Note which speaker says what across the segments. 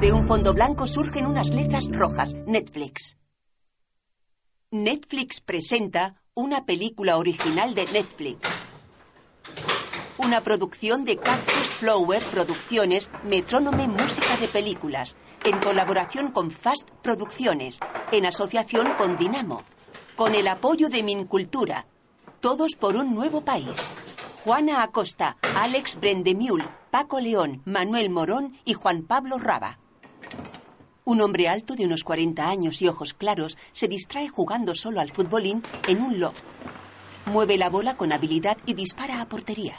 Speaker 1: De un fondo blanco surgen unas letras rojas. Netflix. Netflix presenta una película original de Netflix. Una producción de Cactus Flower Producciones, Metrónome Música de Películas, en colaboración con Fast Producciones, en asociación con Dinamo, con el apoyo de Mincultura, todos por un nuevo país. Juana Acosta, Alex Brendemiul, Paco León, Manuel Morón y Juan Pablo Raba. Un hombre alto de unos 40 años y ojos claros se distrae jugando solo al futbolín en un loft. Mueve la bola con habilidad y dispara a portería.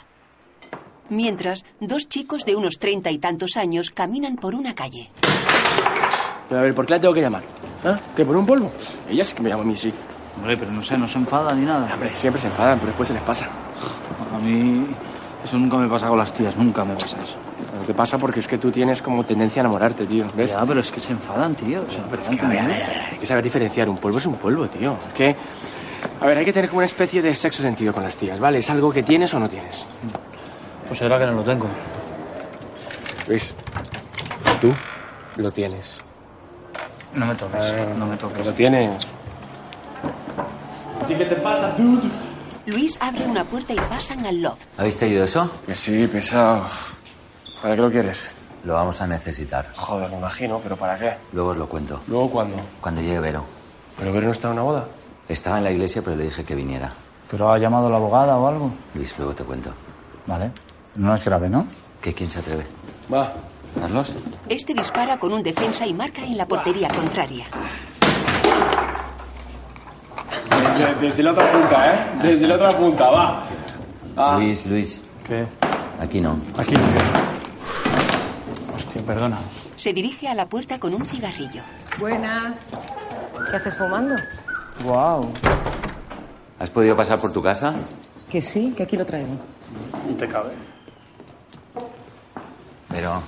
Speaker 1: Mientras, dos chicos de unos treinta y tantos años caminan por una calle.
Speaker 2: Pero a ver, ¿por qué la tengo que llamar? ¿Ah? ¿Que por un polvo? Ella sí que me llama a mí, sí.
Speaker 3: Hombre, pero no sé, no se enfada ni nada.
Speaker 2: Hombre, siempre se enfadan, pero después se les pasa.
Speaker 3: A mí eso nunca me pasa con las tías, nunca me pasa eso.
Speaker 2: Lo que pasa porque es que tú tienes como tendencia a enamorarte, tío. ¿Ves?
Speaker 3: Ya, pero es que se enfadan, tío. se
Speaker 2: Pero es
Speaker 3: enfadan
Speaker 2: que, a ver, a
Speaker 3: conmigo.
Speaker 2: ver, a ver, hay que saber diferenciar. Un polvo es un polvo, tío. Es que. A ver, hay que tener como una especie de sexo sentido con las tías, ¿vale? Es algo que tienes o no tienes.
Speaker 3: Pues será que no lo tengo.
Speaker 2: Luis, tú lo tienes.
Speaker 3: No me toques,
Speaker 4: Eh,
Speaker 3: no me toques.
Speaker 2: Lo tienes.
Speaker 1: Luis abre una puerta y pasan al loft.
Speaker 5: ¿Habéis traído eso?
Speaker 2: Que sí, pesado. ¿Para qué lo quieres?
Speaker 5: Lo vamos a necesitar.
Speaker 2: Joder, me imagino, pero ¿para qué?
Speaker 5: Luego os lo cuento.
Speaker 2: ¿Luego cuándo?
Speaker 5: Cuando llegue Vero.
Speaker 2: ¿Pero Vero no está en una boda?
Speaker 5: Estaba en la iglesia, pero le dije que viniera.
Speaker 6: ¿Pero ha llamado la abogada o algo?
Speaker 5: Luis, luego te cuento.
Speaker 6: Vale. No es grave, ¿no?
Speaker 5: ¿Que quién se atreve?
Speaker 2: Va.
Speaker 5: ¿Carlos?
Speaker 1: Este dispara con un defensa y marca en la portería contraria.
Speaker 2: Desde, la otra punta, ¿eh? Desde la otra punta, va.
Speaker 5: Luis, Luis.
Speaker 7: ¿Qué?
Speaker 5: Aquí no.
Speaker 7: Aquí. ¿qué? Hostia, perdona.
Speaker 1: Se dirige a la puerta con un cigarrillo.
Speaker 8: Buenas. ¿Qué haces fumando?
Speaker 7: Wow.
Speaker 5: ¿Has podido pasar por tu casa?
Speaker 8: Que sí, que aquí lo traigo.
Speaker 7: ¿Y te cabe?
Speaker 5: Pero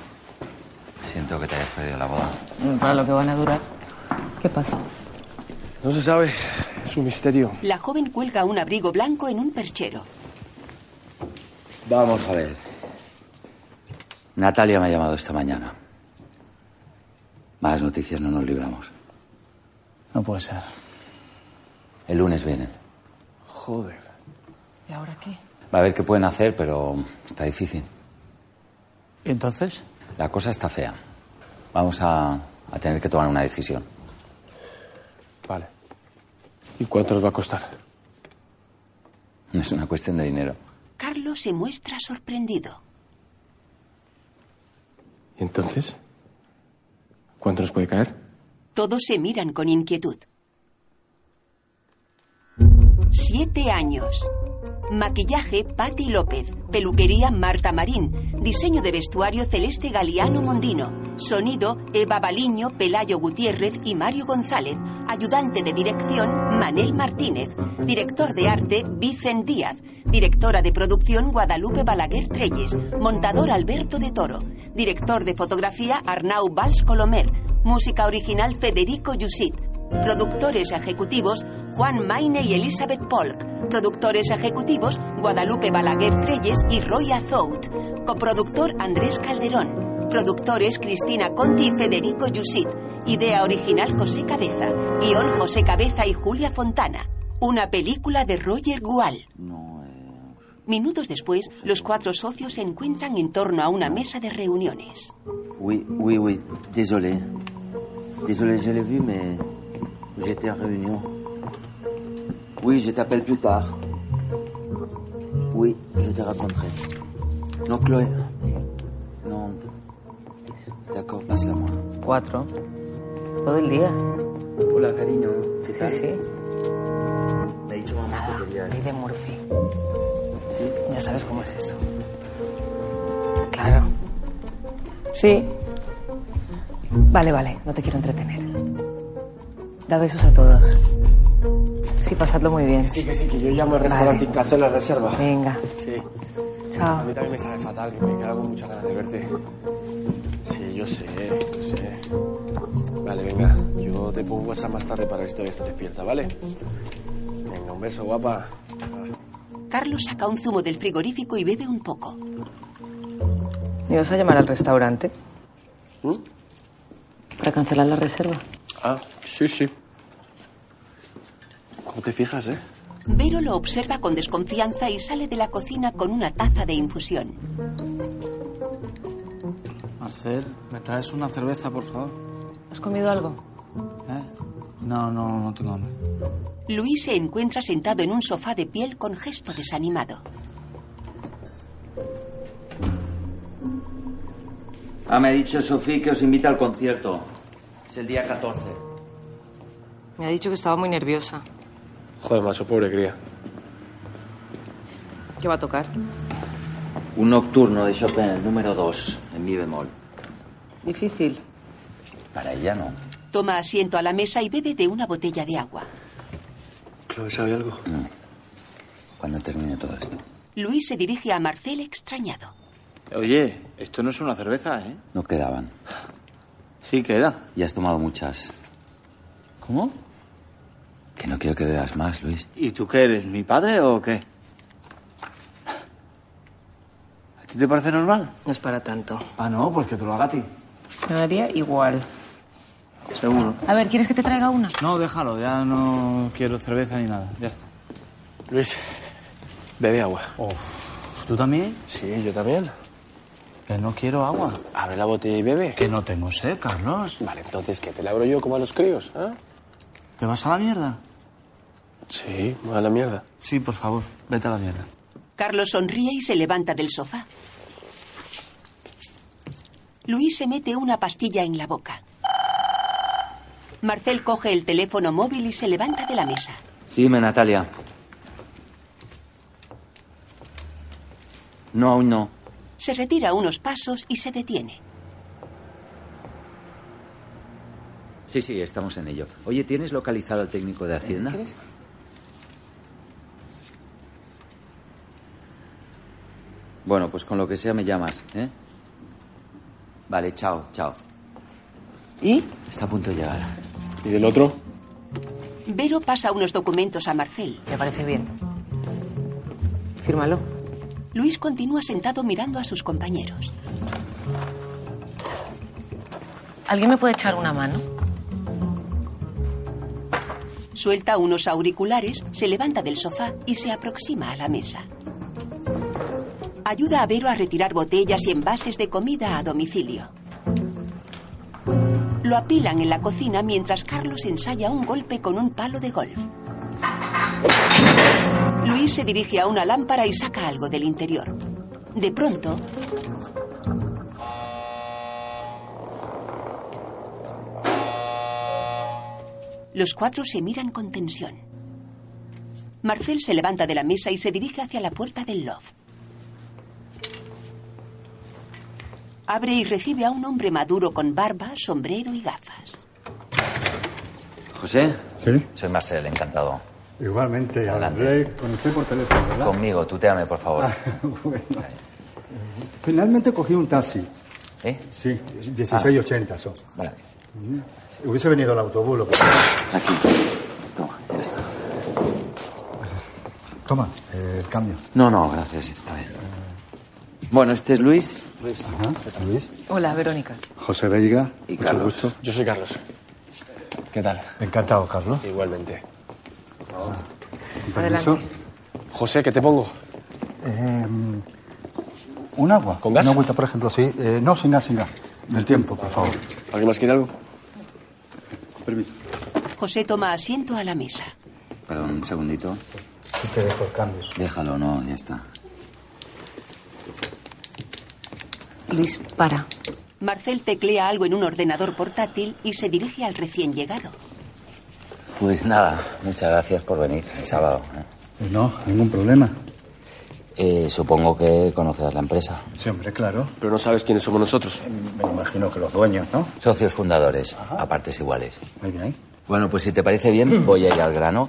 Speaker 5: siento que te hayas perdido la boda.
Speaker 8: Mm, Para lo que van a durar. ¿Qué pasa?
Speaker 2: No se sabe. Es un misterio.
Speaker 1: La joven cuelga un abrigo blanco en un perchero.
Speaker 5: Vamos a ver. Natalia me ha llamado esta mañana. Más noticias no nos libramos.
Speaker 6: No puede ser.
Speaker 5: El lunes vienen.
Speaker 2: Joder.
Speaker 8: ¿Y ahora qué?
Speaker 5: Va a ver qué pueden hacer, pero está difícil.
Speaker 6: ¿Y entonces?
Speaker 5: La cosa está fea. Vamos a, a tener que tomar una decisión.
Speaker 2: Vale. ¿Y cuánto nos va a costar?
Speaker 5: No es una cuestión de dinero.
Speaker 1: Carlos se muestra sorprendido.
Speaker 2: ¿Y entonces? ¿Cuánto nos puede caer?
Speaker 1: Todos se miran con inquietud. Siete años. Maquillaje Patti López. Peluquería Marta Marín. Diseño de vestuario Celeste Galeano Mondino. Sonido Eva Baliño, Pelayo Gutiérrez y Mario González. Ayudante de dirección Manel Martínez. Director de arte Vicen Díaz. Directora de producción Guadalupe Balaguer Treyes. Montador Alberto de Toro. Director de fotografía Arnau Valls Colomer. Música original Federico Yusit. Productores ejecutivos Juan Maine y Elizabeth Polk. Productores ejecutivos Guadalupe Balaguer Treyes y Roy Azout. Coproductor Andrés Calderón. Productores Cristina Conti y Federico Yusit. Idea original José Cabeza. Guión José Cabeza y Julia Fontana. Una película de Roger Gual. Minutos después, los cuatro socios se encuentran en torno a una mesa de reuniones.
Speaker 4: Oui, oui, oui. Désolé. Désolé, je l'ai vu, mais j'étais en réunion. Oui, je t'appelle plus tard. Oui, je te raconterai. Non, Chloé. Non. D'accord, passe-la moi.
Speaker 8: Cuatro. Todo el día.
Speaker 4: Hola, cariño. ¿Qué
Speaker 8: Sí, sí.
Speaker 4: Me ha dicho mamá que te quería.
Speaker 8: Ley de Murphy.
Speaker 4: ¿Sí?
Speaker 8: Ya sabes cómo es eso. Claro. Sí. Vale, vale, no te quiero entretener. Da besos a todos. Sí, pasadlo muy bien.
Speaker 2: que sí, que yo llamo al
Speaker 8: restaurante y que
Speaker 2: hacer la reserva.
Speaker 8: Venga,
Speaker 2: Sí. A
Speaker 8: chao.
Speaker 2: mí también me sabe fatal, que me queda con muchas ganas de verte. Sí, yo sé, yo sé. Vale, venga, yo te pongo un WhatsApp más tarde para ver si todavía estás despierta, ¿vale? Venga, un beso, guapa.
Speaker 1: Carlos saca un zumo del frigorífico y bebe un poco.
Speaker 8: ¿Me vas a llamar al restaurante?
Speaker 9: para cancelar la reserva.
Speaker 8: Ah, sí, sí. ¿Cómo te fijas, eh?
Speaker 1: Vero lo observa con desconfianza y sale de la cocina con una taza de infusión.
Speaker 3: Marcel, ¿me traes una cerveza, por favor?
Speaker 9: ¿Has comido algo?
Speaker 3: ¿Eh? No, no, no tengo hambre.
Speaker 1: Luis se encuentra sentado en un sofá de piel con gesto desanimado.
Speaker 4: Ah, me ha dicho Sofía que os invita al concierto. Es el día 14.
Speaker 9: Me ha dicho que estaba muy nerviosa.
Speaker 8: Joder, macho, pobre cría.
Speaker 9: ¿Qué va a tocar?
Speaker 4: Un nocturno de Chopin, el número 2, en mi bemol.
Speaker 9: Difícil.
Speaker 4: Para ella no.
Speaker 1: Toma asiento a la mesa y bebe de una botella de agua.
Speaker 8: Chloe sabe algo.
Speaker 5: Cuando termine todo esto.
Speaker 1: Luis se dirige a Marcel extrañado.
Speaker 10: Oye, esto no es una cerveza, ¿eh?
Speaker 5: No quedaban.
Speaker 10: Sí queda.
Speaker 5: Ya has tomado muchas.
Speaker 10: ¿Cómo?
Speaker 5: Que no quiero que veas más, Luis.
Speaker 10: ¿Y tú qué eres, mi padre o qué? ¿A ti te parece normal?
Speaker 9: No es para tanto.
Speaker 3: Ah, no, pues que te lo haga a ti.
Speaker 9: Me haría igual.
Speaker 3: Seguro.
Speaker 9: A ver, ¿quieres que te traiga una?
Speaker 3: No, déjalo, ya no quiero cerveza ni nada. Ya está.
Speaker 8: Luis, bebe agua.
Speaker 3: ¿Tú también?
Speaker 8: Sí, yo también.
Speaker 3: Que no quiero agua.
Speaker 8: Abre la botella y bebe.
Speaker 3: Que no tengo sed, Carlos.
Speaker 8: Vale, entonces, ¿qué? ¿Te la abro yo como a los críos? ¿eh?
Speaker 3: ¿Te vas a la mierda?
Speaker 8: Sí, a la mierda.
Speaker 3: Sí, por favor, vete a la mierda.
Speaker 1: Carlos sonríe y se levanta del sofá. Luis se mete una pastilla en la boca. Marcel coge el teléfono móvil y se levanta de la mesa.
Speaker 5: Sí, dime, Natalia. No, aún no.
Speaker 1: Se retira unos pasos y se detiene.
Speaker 5: Sí, sí, estamos en ello. Oye, ¿tienes localizado al técnico de Hacienda? Bueno, pues con lo que sea me llamas, ¿eh? Vale, chao, chao.
Speaker 9: ¿Y?
Speaker 5: Está a punto de llegar.
Speaker 8: ¿Y el otro?
Speaker 1: Vero pasa unos documentos a Marcel.
Speaker 9: Me parece bien. Fírmalo.
Speaker 1: Luis continúa sentado mirando a sus compañeros.
Speaker 9: ¿Alguien me puede echar una mano?
Speaker 1: Suelta unos auriculares, se levanta del sofá y se aproxima a la mesa. Ayuda a Vero a retirar botellas y envases de comida a domicilio. Lo apilan en la cocina mientras Carlos ensaya un golpe con un palo de golf. Luis se dirige a una lámpara y saca algo del interior. De pronto, Los cuatro se miran con tensión. Marcel se levanta de la mesa y se dirige hacia la puerta del loft. Abre y recibe a un hombre maduro con barba, sombrero y gafas.
Speaker 5: José,
Speaker 11: Sí,
Speaker 5: soy Marcel, encantado.
Speaker 11: igualmente.
Speaker 5: Adelante.
Speaker 11: Hablé con usted por teléfono, ¿verdad?
Speaker 5: Conmigo, tuteame, por favor.
Speaker 11: Ah. Bueno. Finalmente cogí un taxi.
Speaker 5: ¿Eh?
Speaker 11: Sí, 1680 son.
Speaker 5: Vale.
Speaker 11: Hubiese venido el autobús. Lo que...
Speaker 5: Aquí. Toma, ya está.
Speaker 11: Toma, eh, el cambio.
Speaker 5: No, no, gracias, está bien. Bueno, este es Luis.
Speaker 11: Ajá, Luis.
Speaker 9: Hola, Verónica.
Speaker 11: José Veiga.
Speaker 5: Y
Speaker 11: mucho
Speaker 5: Carlos.
Speaker 11: gusto.
Speaker 8: Yo soy Carlos. ¿Qué tal?
Speaker 11: Encantado, Carlos.
Speaker 8: Igualmente.
Speaker 11: Con permiso.
Speaker 9: Adelante.
Speaker 8: José, ¿qué te pongo?
Speaker 11: Eh, un agua.
Speaker 8: ¿Con gas?
Speaker 11: Una vuelta, por ejemplo, sí. Eh, no, sin gas, sin gas. Del tiempo, por favor.
Speaker 8: ¿Alguien más quiere algo?
Speaker 11: Permiso.
Speaker 1: José toma asiento a la mesa.
Speaker 5: Perdón, un segundito.
Speaker 11: Sí te dejo el cambio.
Speaker 5: Déjalo, no, ya está.
Speaker 9: Luis, para.
Speaker 1: Marcel teclea algo en un ordenador portátil y se dirige al recién llegado.
Speaker 5: Pues nada, muchas gracias por venir el sábado. ¿eh?
Speaker 11: Eh, no, ningún problema.
Speaker 5: Eh, supongo que conocerás la empresa.
Speaker 11: Sí, hombre, claro.
Speaker 8: Pero no sabes quiénes somos nosotros.
Speaker 11: Me imagino que los dueños, ¿no?
Speaker 5: Socios fundadores, a partes iguales.
Speaker 11: Muy bien.
Speaker 5: Bueno, pues si te parece bien, voy a ir al grano.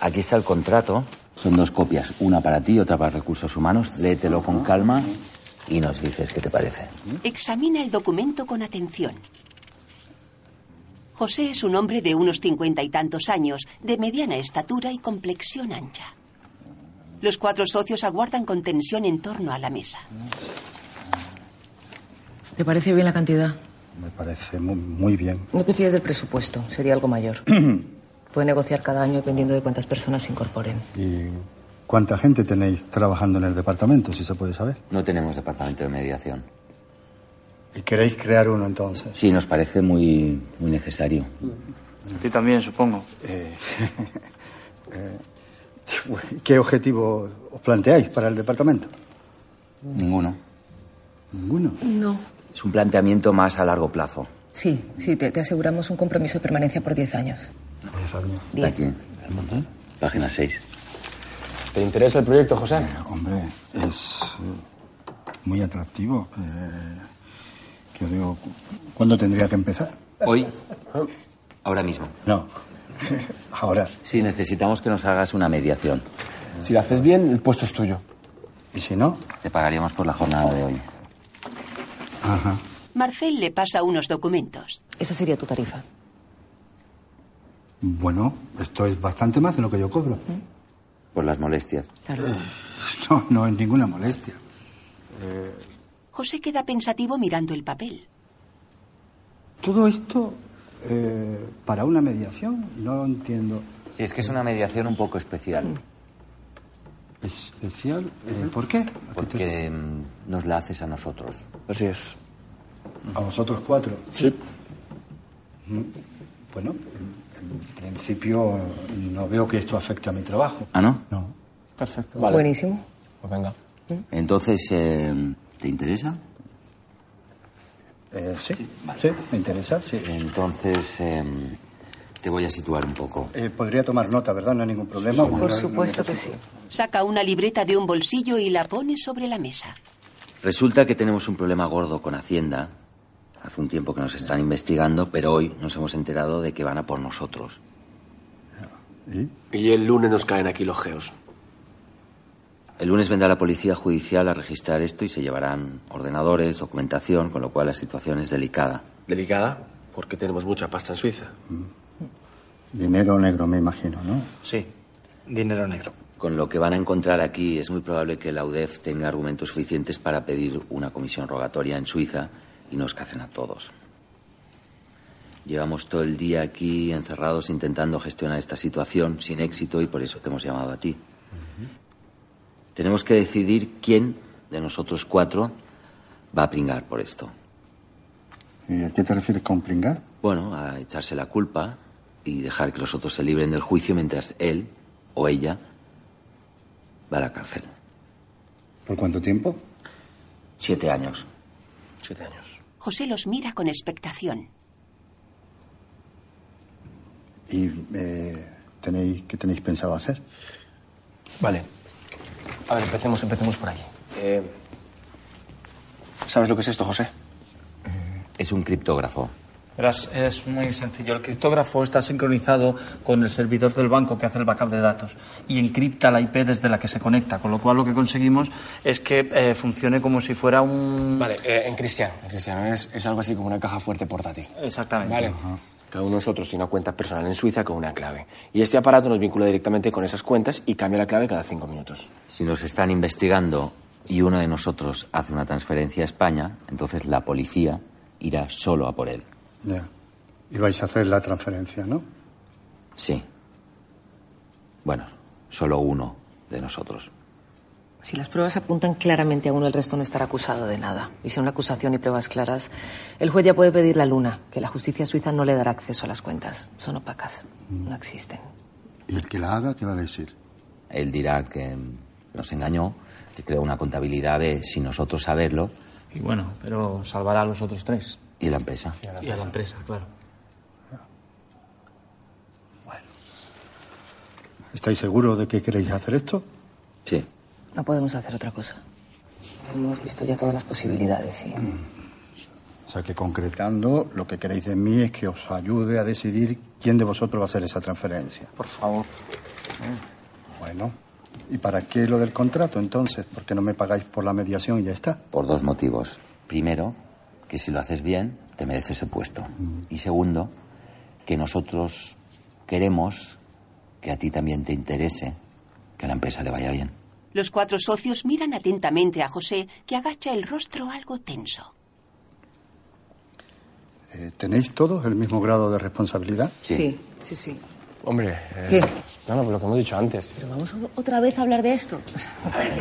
Speaker 5: Aquí está el contrato. Son dos copias, una para ti y otra para recursos humanos. Léetelo con calma y nos dices qué te parece.
Speaker 1: Examina el documento con atención. José es un hombre de unos cincuenta y tantos años, de mediana estatura y complexión ancha. Los cuatro socios aguardan con tensión en torno a la mesa.
Speaker 9: ¿Te parece bien la cantidad?
Speaker 11: Me parece muy, muy bien.
Speaker 9: No te fíes del presupuesto, sería algo mayor. Puede negociar cada año dependiendo de cuántas personas se incorporen.
Speaker 11: ¿Y cuánta gente tenéis trabajando en el departamento, si se puede saber?
Speaker 5: No tenemos departamento de mediación.
Speaker 11: ¿Y queréis crear uno entonces?
Speaker 5: Sí, nos parece muy, muy necesario.
Speaker 3: A ti también, supongo.
Speaker 11: Eh. ¿Qué objetivo os planteáis para el departamento?
Speaker 5: Ninguno.
Speaker 11: Ninguno.
Speaker 9: No.
Speaker 5: Es un planteamiento más a largo plazo.
Speaker 9: Sí, sí, te, te aseguramos un compromiso de permanencia por 10 años. Diez.
Speaker 5: Aquí. Página 6.
Speaker 8: ¿Te interesa el proyecto, José?
Speaker 11: Hombre, es eh, muy atractivo. Eh, que os digo, ¿cuándo tendría que empezar?
Speaker 5: Hoy. Ahora mismo.
Speaker 11: No. Ahora.
Speaker 5: Sí, necesitamos que nos hagas una mediación.
Speaker 8: Si lo haces bien, el puesto es tuyo.
Speaker 11: ¿Y si no?
Speaker 5: Te pagaríamos por la jornada de hoy.
Speaker 11: Ajá.
Speaker 1: Marcel le pasa unos documentos.
Speaker 9: Esa sería tu tarifa.
Speaker 11: Bueno, esto es bastante más de lo que yo cobro.
Speaker 5: Por las molestias.
Speaker 9: Claro.
Speaker 11: No, no es ninguna molestia.
Speaker 1: José queda pensativo mirando el papel.
Speaker 11: Todo esto eh, para una mediación, no lo entiendo.
Speaker 5: Sí, es que es una mediación un poco especial.
Speaker 11: Especial, eh, ¿por qué? ¿A, qué te-
Speaker 5: Porque mm, nos la haces a nosotros.
Speaker 8: Así es.
Speaker 11: a vosotros cuatro.
Speaker 8: Sí.
Speaker 11: Bueno, en, en principio no veo que esto afecte a mi trabajo.
Speaker 5: ¿Ah, no?
Speaker 11: No.
Speaker 3: Perfecto.
Speaker 8: Vale.
Speaker 9: Buenísimo.
Speaker 8: Pues venga.
Speaker 5: Entonces, eh, ¿te interesa?
Speaker 11: Eh, sí, sí, me interesa, sí.
Speaker 5: Entonces, eh, te voy a situar un poco.
Speaker 11: Eh, podría tomar nota, ¿verdad? No hay ningún problema.
Speaker 9: Por supuesto que sí.
Speaker 1: Saca una libreta de un bolsillo y la pone sobre la mesa.
Speaker 5: Resulta que tenemos un problema gordo con Hacienda. Hace un tiempo que nos están investigando, pero hoy nos hemos enterado de que van a por nosotros.
Speaker 8: Y el lunes nos caen aquí los geos.
Speaker 5: El lunes vendrá la policía judicial a registrar esto y se llevarán ordenadores, documentación, con lo cual la situación es delicada.
Speaker 8: Delicada, porque tenemos mucha pasta en Suiza.
Speaker 11: Dinero negro, me imagino, ¿no?
Speaker 12: Sí, dinero negro.
Speaker 5: Con lo que van a encontrar aquí, es muy probable que la UDEF tenga argumentos suficientes para pedir una comisión rogatoria en Suiza y nos cacen a todos. Llevamos todo el día aquí encerrados intentando gestionar esta situación sin éxito y por eso te hemos llamado a ti. Tenemos que decidir quién de nosotros cuatro va a pringar por esto.
Speaker 11: ¿Y a qué te refieres con pringar?
Speaker 5: Bueno, a echarse la culpa y dejar que los otros se libren del juicio mientras él o ella va a la cárcel.
Speaker 11: ¿Por cuánto tiempo?
Speaker 5: Siete años.
Speaker 8: Siete años.
Speaker 1: José los mira con expectación.
Speaker 11: ¿Y eh, tenéis, qué tenéis pensado hacer?
Speaker 8: Vale. A ver, empecemos, empecemos por aquí. Eh, ¿Sabes lo que es esto, José?
Speaker 5: Es un criptógrafo.
Speaker 3: Verás, es muy sencillo. El criptógrafo está sincronizado con el servidor del banco que hace el backup de datos y encripta la IP desde la que se conecta, con lo cual lo que conseguimos es que eh, funcione como si fuera un...
Speaker 8: Vale, eh, en Cristiano. En Cristiano es, es algo así como una caja fuerte portátil.
Speaker 3: Exactamente.
Speaker 8: Vale. Cada uno de nosotros tiene una cuenta personal en Suiza con una clave. Y este aparato nos vincula directamente con esas cuentas y cambia la clave cada cinco minutos.
Speaker 5: Si nos están investigando y uno de nosotros hace una transferencia a España, entonces la policía irá solo a por él.
Speaker 11: Ya. Y vais a hacer la transferencia, ¿no?
Speaker 5: Sí. Bueno, solo uno de nosotros.
Speaker 9: Si las pruebas apuntan claramente a uno, el resto no estará acusado de nada. Y si una acusación y pruebas claras, el juez ya puede pedir la luna, que la justicia suiza no le dará acceso a las cuentas. Son opacas, no existen.
Speaker 11: ¿Y el que la haga, qué va a decir?
Speaker 5: Él dirá que mm, nos engañó, que creó una contabilidad B sin nosotros saberlo
Speaker 3: Y bueno, pero salvará a los otros tres.
Speaker 5: y la empresa.
Speaker 3: Y a la empresa, claro.
Speaker 11: ¿Estáis seguros de que queréis hacer esto?
Speaker 5: Sí.
Speaker 9: No podemos hacer otra cosa. Hemos visto ya todas las posibilidades. Y...
Speaker 11: O sea que concretando, lo que queréis de mí es que os ayude a decidir quién de vosotros va a hacer esa transferencia.
Speaker 3: Por favor.
Speaker 11: Bueno. ¿Y para qué lo del contrato entonces? ¿Por qué no me pagáis por la mediación y ya está?
Speaker 5: Por dos motivos. Primero, que si lo haces bien, te mereces el puesto. Y segundo, que nosotros queremos que a ti también te interese que a la empresa le vaya bien.
Speaker 1: Los cuatro socios miran atentamente a José, que agacha el rostro algo tenso.
Speaker 11: Eh, ¿Tenéis todos el mismo grado de responsabilidad?
Speaker 9: Sí, sí, sí.
Speaker 8: Hombre, eh,
Speaker 9: ¿Qué?
Speaker 8: no, no, lo que hemos dicho antes.
Speaker 9: Pero vamos a- otra vez a hablar de esto.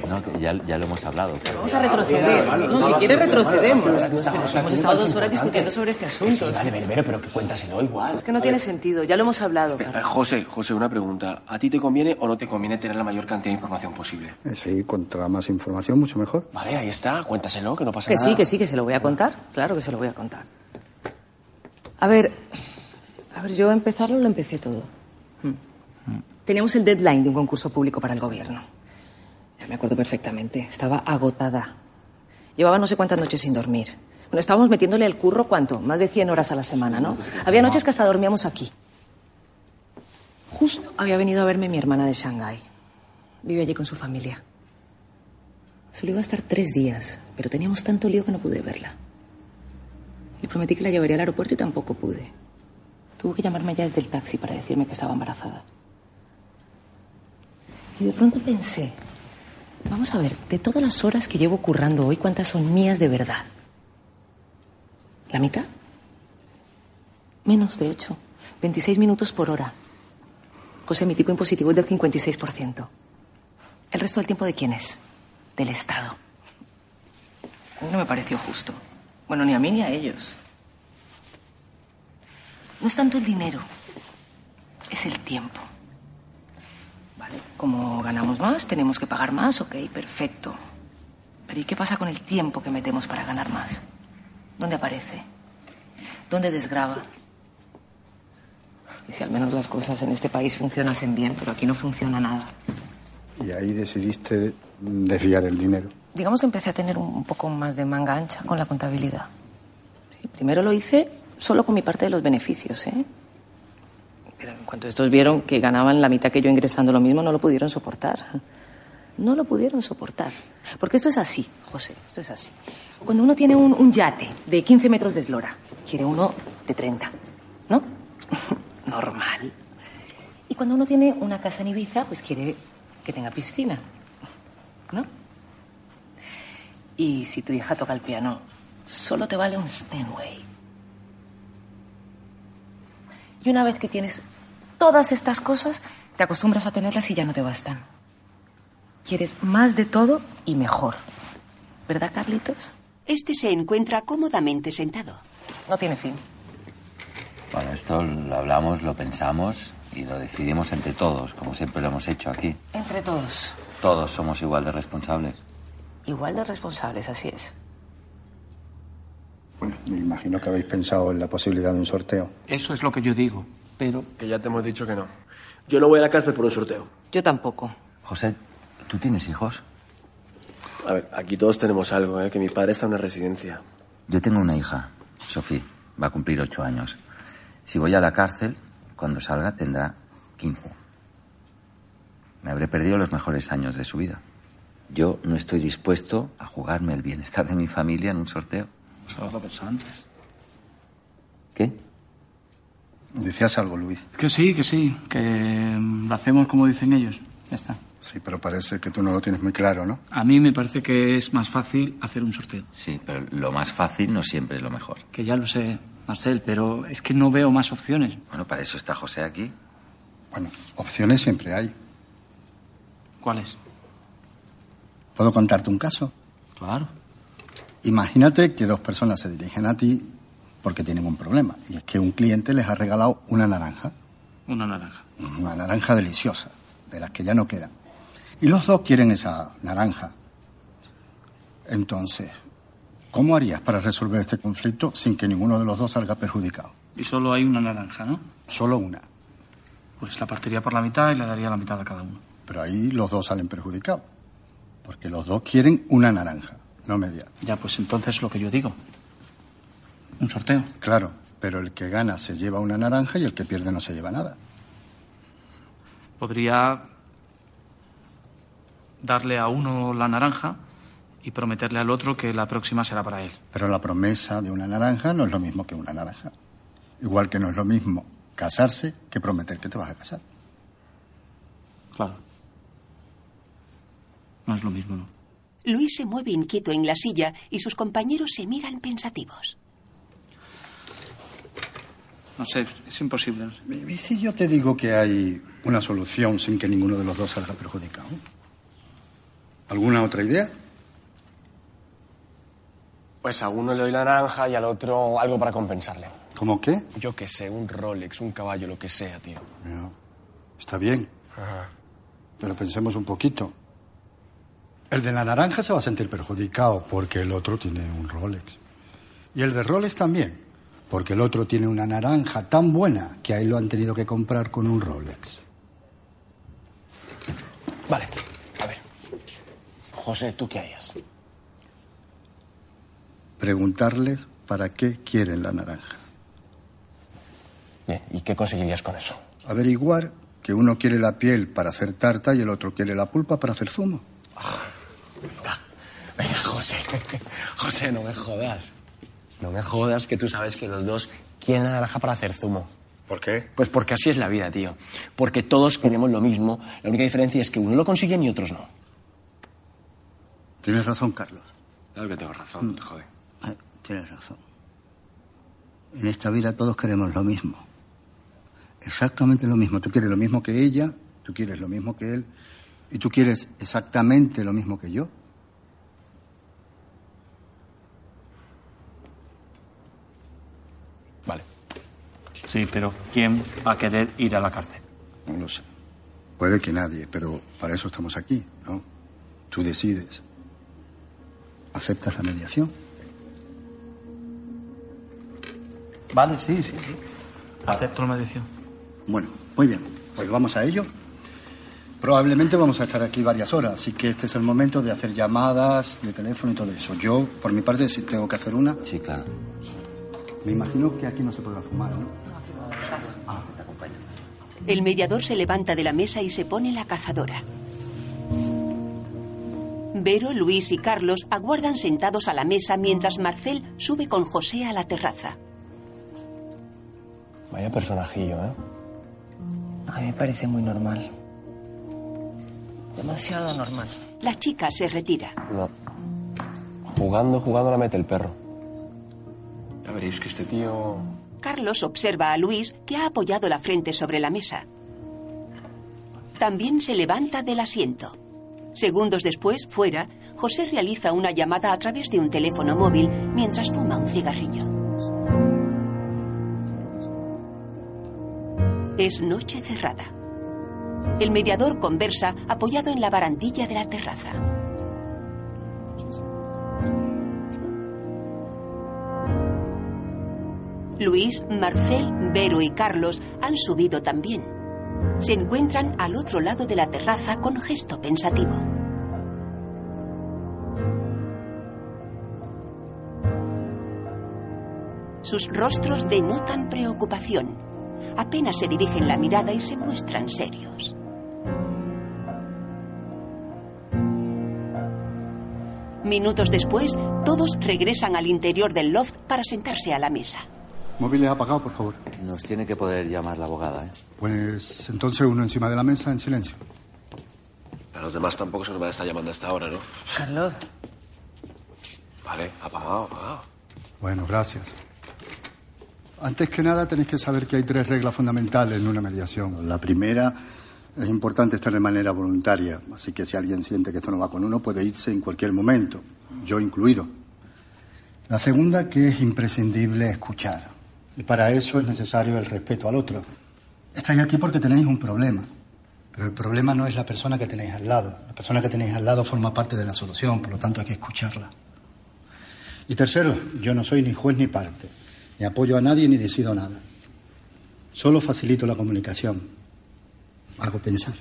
Speaker 5: No, que ya, ya lo hemos hablado. pero-
Speaker 9: Vamos a retroceder. Ah, No, si quiere retrocedemos. Hemos estado dos horas discutiendo sobre este asunto.
Speaker 8: Berbero, pero que cuéntaselo igual.
Speaker 9: Es que no tiene sentido, ya lo hemos hablado. Carlos.
Speaker 13: Eh, José, José, una pregunta. ¿A ti te conviene o no te conviene tener la mayor cantidad de información posible?
Speaker 11: Eh, sí, contra más información, mucho mejor.
Speaker 13: Vale, ahí está. Cuéntaselo, que no pasa
Speaker 9: Que
Speaker 13: nada.
Speaker 9: sí, que sí, que se lo voy a contar. Claro que se lo voy a contar. A ver, a ver, yo empezarlo lo empecé todo. Mm. Teníamos el deadline de un concurso público para el gobierno. Ya me acuerdo perfectamente. Estaba agotada. Llevaba no sé cuántas noches sin dormir. Bueno, estábamos metiéndole al curro, ¿cuánto? Más de 100 horas a la semana, ¿no? Había noches que hasta dormíamos aquí. Justo había venido a verme mi hermana de Shanghái. Vive allí con su familia. Solo iba a estar tres días, pero teníamos tanto lío que no pude verla. Le prometí que la llevaría al aeropuerto y tampoco pude. Tuvo que llamarme ya desde el taxi para decirme que estaba embarazada. Y de pronto pensé, vamos a ver, de todas las horas que llevo currando hoy, ¿cuántas son mías de verdad? ¿La mitad? Menos, de hecho. 26 minutos por hora. José, mi tipo impositivo es del 56%. ¿El resto del tiempo de quién es? del Estado. A mí no me pareció justo. Bueno, ni a mí ni a ellos. No es tanto el dinero, es el tiempo. Vale, como ganamos más, tenemos que pagar más, ok, perfecto. Pero ¿y qué pasa con el tiempo que metemos para ganar más? ¿Dónde aparece? ¿Dónde desgrava? Y si al menos las cosas en este país funcionasen bien, pero aquí no funciona nada.
Speaker 11: Y ahí decidiste mm, desviar el dinero.
Speaker 9: Digamos que empecé a tener un poco más de manga ancha con la contabilidad. Sí, primero lo hice solo con mi parte de los beneficios, ¿eh? Pero en cuanto estos vieron que ganaban la mitad que yo ingresando lo mismo, no lo pudieron soportar. No lo pudieron soportar. Porque esto es así, José, esto es así. Cuando uno tiene un, un yate de 15 metros de eslora, quiere uno de 30, ¿no? Normal. Y cuando uno tiene una casa en Ibiza, pues quiere que tenga piscina, ¿no? Y si tu hija toca el piano, solo te vale un Steinway. Y una vez que tienes todas estas cosas, te acostumbras a tenerlas y ya no te bastan. Quieres más de todo y mejor. ¿Verdad, Carlitos?
Speaker 1: Este se encuentra cómodamente sentado.
Speaker 9: No tiene fin.
Speaker 5: Bueno, esto lo hablamos, lo pensamos y lo decidimos entre todos, como siempre lo hemos hecho aquí.
Speaker 9: Entre todos.
Speaker 5: Todos somos igual de responsables.
Speaker 9: Igual de responsables, así es.
Speaker 11: Bueno, me imagino que habéis pensado en la posibilidad de un sorteo.
Speaker 3: Eso es lo que yo digo, pero...
Speaker 13: Que ya te hemos dicho que no.
Speaker 2: Yo no voy a la cárcel por un sorteo.
Speaker 9: Yo tampoco.
Speaker 5: José, ¿tú tienes hijos?
Speaker 2: A ver, aquí todos tenemos algo, ¿eh? Que mi padre está en una residencia.
Speaker 5: Yo tengo una hija, Sofía, va a cumplir ocho años. Si voy a la cárcel, cuando salga tendrá 15. Me habré perdido los mejores años de su vida. Yo no estoy dispuesto a jugarme el bienestar de mi familia en un sorteo.
Speaker 10: lo pensado antes.
Speaker 5: ¿Qué?
Speaker 11: Decías algo, Luis.
Speaker 3: Que sí, que sí, que mm, lo hacemos como dicen ellos. Ya está.
Speaker 11: Sí, pero parece que tú no lo tienes muy claro, ¿no?
Speaker 3: A mí me parece que es más fácil hacer un sorteo.
Speaker 5: Sí, pero lo más fácil no siempre es lo mejor.
Speaker 3: Que ya lo sé, Marcel, pero es que no veo más opciones.
Speaker 5: Bueno, para eso está José aquí.
Speaker 11: Bueno, opciones siempre hay.
Speaker 3: ¿Cuáles?
Speaker 11: ¿Puedo contarte un caso?
Speaker 3: Claro.
Speaker 11: Imagínate que dos personas se dirigen a ti porque tienen un problema. Y es que un cliente les ha regalado una naranja.
Speaker 3: Una naranja.
Speaker 11: Una naranja deliciosa, de las que ya no quedan. Y los dos quieren esa naranja. Entonces, ¿cómo harías para resolver este conflicto sin que ninguno de los dos salga perjudicado?
Speaker 3: Y solo hay una naranja, ¿no?
Speaker 11: Solo una.
Speaker 3: Pues la partiría por la mitad y le daría la mitad a cada uno.
Speaker 11: Pero ahí los dos salen perjudicados. Porque los dos quieren una naranja, no media.
Speaker 3: Ya, pues entonces lo que yo digo. Un sorteo.
Speaker 11: Claro, pero el que gana se lleva una naranja y el que pierde no se lleva nada.
Speaker 3: Podría darle a uno la naranja y prometerle al otro que la próxima será para él.
Speaker 11: Pero la promesa de una naranja no es lo mismo que una naranja. Igual que no es lo mismo casarse que prometer que te vas a casar.
Speaker 3: Claro. No es lo mismo, ¿no?
Speaker 1: Luis se mueve inquieto en la silla y sus compañeros se miran pensativos.
Speaker 3: No sé, es imposible.
Speaker 11: ¿Y si yo te digo que hay una solución sin que ninguno de los dos salga perjudicado? ¿Alguna otra idea?
Speaker 8: Pues a uno le doy la naranja y al otro algo para compensarle.
Speaker 11: ¿Cómo qué?
Speaker 8: Yo qué sé, un Rolex, un caballo, lo que sea, tío.
Speaker 11: No. Está bien. Pero pensemos un poquito. El de la naranja se va a sentir perjudicado porque el otro tiene un Rolex. Y el de Rolex también, porque el otro tiene una naranja tan buena que ahí lo han tenido que comprar con un Rolex.
Speaker 8: Vale, a ver. José, ¿tú qué harías?
Speaker 11: Preguntarles para qué quieren la naranja.
Speaker 8: Bien, ¿y qué conseguirías con eso?
Speaker 11: Averiguar que uno quiere la piel para hacer tarta y el otro quiere la pulpa para hacer zumo.
Speaker 8: Venga, José. José, no me jodas. No me jodas que tú sabes que los dos quieren la naranja para hacer zumo.
Speaker 11: ¿Por qué?
Speaker 8: Pues porque así es la vida, tío. Porque todos queremos lo mismo. La única diferencia es que uno lo consigue y otros no.
Speaker 11: Tienes razón, Carlos. Ah,
Speaker 8: Claro que tengo razón, joder.
Speaker 4: Tienes razón. En esta vida todos queremos lo mismo.
Speaker 11: Exactamente lo mismo. Tú quieres lo mismo que ella, tú quieres lo mismo que él, y tú quieres exactamente lo mismo que yo.
Speaker 3: Sí, pero ¿quién va a querer ir a la cárcel?
Speaker 11: No lo sé. Puede que nadie, pero para eso estamos aquí, ¿no? Tú decides. ¿Aceptas la mediación?
Speaker 3: Vale, sí, sí. sí. Acepto la medición.
Speaker 11: Bueno, muy bien. Pues vamos a ello. Probablemente vamos a estar aquí varias horas, así que este es el momento de hacer llamadas de teléfono y todo eso. Yo, por mi parte, si tengo que hacer una,
Speaker 5: Sí, claro.
Speaker 11: me imagino que aquí no se podrá fumar, ¿no?
Speaker 1: El mediador se levanta de la mesa y se pone la cazadora. Vero, Luis y Carlos aguardan sentados a la mesa mientras Marcel sube con José a la terraza.
Speaker 8: Vaya personajillo, ¿eh?
Speaker 9: A mí me parece muy normal. Demasiado normal.
Speaker 1: La chica se retira.
Speaker 8: No. Jugando, jugando la mete el perro. Ya veréis que este tío.
Speaker 1: Carlos observa a Luis que ha apoyado la frente sobre la mesa. También se levanta del asiento. Segundos después, fuera, José realiza una llamada a través de un teléfono móvil mientras fuma un cigarrillo. Es noche cerrada. El mediador conversa apoyado en la barandilla de la terraza. Luis, Marcel, Vero y Carlos han subido también. Se encuentran al otro lado de la terraza con gesto pensativo. Sus rostros denotan preocupación. Apenas se dirigen la mirada y se muestran serios. Minutos después, todos regresan al interior del loft para sentarse a la mesa.
Speaker 11: Móviles apagados, por favor.
Speaker 5: Nos tiene que poder llamar la abogada, ¿eh?
Speaker 11: Pues entonces uno encima de la mesa en silencio.
Speaker 13: A los demás tampoco se nos van a estar llamando hasta ahora, ¿no?
Speaker 9: Carlos.
Speaker 13: Vale, apagado, apagado.
Speaker 11: Bueno, gracias. Antes que nada, tenéis que saber que hay tres reglas fundamentales en una mediación. La primera es importante estar de manera voluntaria, así que si alguien siente que esto no va con uno, puede irse en cualquier momento, yo incluido. La segunda, que es imprescindible escuchar, y para eso es necesario el respeto al otro. Estáis aquí porque tenéis un problema, pero el problema no es la persona que tenéis al lado. La persona que tenéis al lado forma parte de la solución, por lo tanto hay que escucharla. Y tercero, yo no soy ni juez ni parte, ni apoyo a nadie ni decido nada. Solo facilito la comunicación. Hago pensar.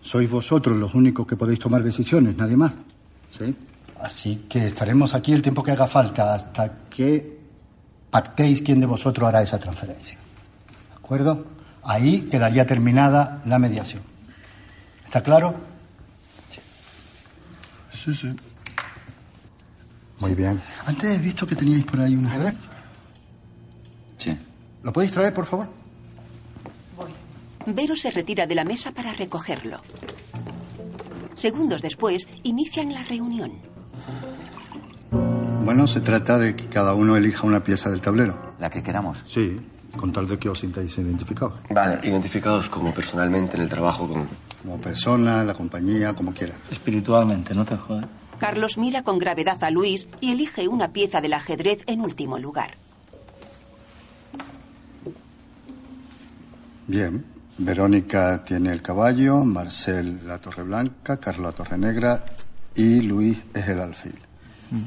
Speaker 11: Sois vosotros los únicos que podéis tomar decisiones, nadie más. ¿Sí? Así que estaremos aquí el tiempo que haga falta hasta que pactéis quién de vosotros hará esa transferencia. ¿De acuerdo? Ahí quedaría terminada la mediación. ¿Está claro?
Speaker 2: Sí, sí.
Speaker 11: Muy bien. Antes he visto que teníais por ahí un ajedrez.
Speaker 5: Sí.
Speaker 11: ¿Lo podéis traer, por favor?
Speaker 1: Vero se retira de la mesa para recogerlo. Segundos después, inician la reunión.
Speaker 11: Bueno, se trata de que cada uno elija una pieza del tablero.
Speaker 5: La que queramos.
Speaker 11: Sí, con tal de que os sintáis identificados.
Speaker 2: Vale, identificados como personalmente en el trabajo, con...
Speaker 11: Como persona, la compañía, como quiera.
Speaker 3: Espiritualmente, no te jodas.
Speaker 1: Carlos mira con gravedad a Luis y elige una pieza del ajedrez en último lugar.
Speaker 11: Bien. Verónica tiene el caballo, Marcel la torre blanca, Carlos la torre negra y Luis es el alfil.
Speaker 2: Mm.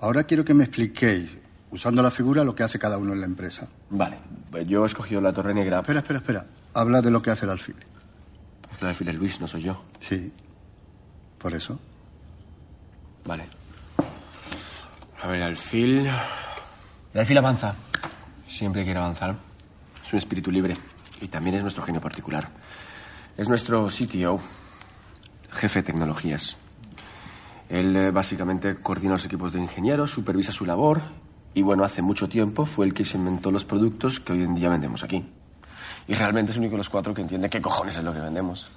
Speaker 11: Ahora quiero que me expliquéis, usando la figura, lo que hace cada uno en la empresa.
Speaker 2: Vale, pues yo he escogido la torre negra.
Speaker 11: Espera, espera, espera. Habla de lo que hace el alfil.
Speaker 2: Porque el alfil es Luis, no soy yo.
Speaker 11: Sí. Por eso.
Speaker 2: Vale. A ver, el alfil... El alfil avanza. Siempre quiere avanzar. Es un espíritu libre. Y también es nuestro genio particular. Es nuestro CTO, jefe de tecnologías. Él eh, básicamente coordina los equipos de ingenieros, supervisa su labor y bueno, hace mucho tiempo fue el que se inventó los productos que hoy en día vendemos aquí. Y realmente es el único de los cuatro que entiende qué cojones es lo que vendemos.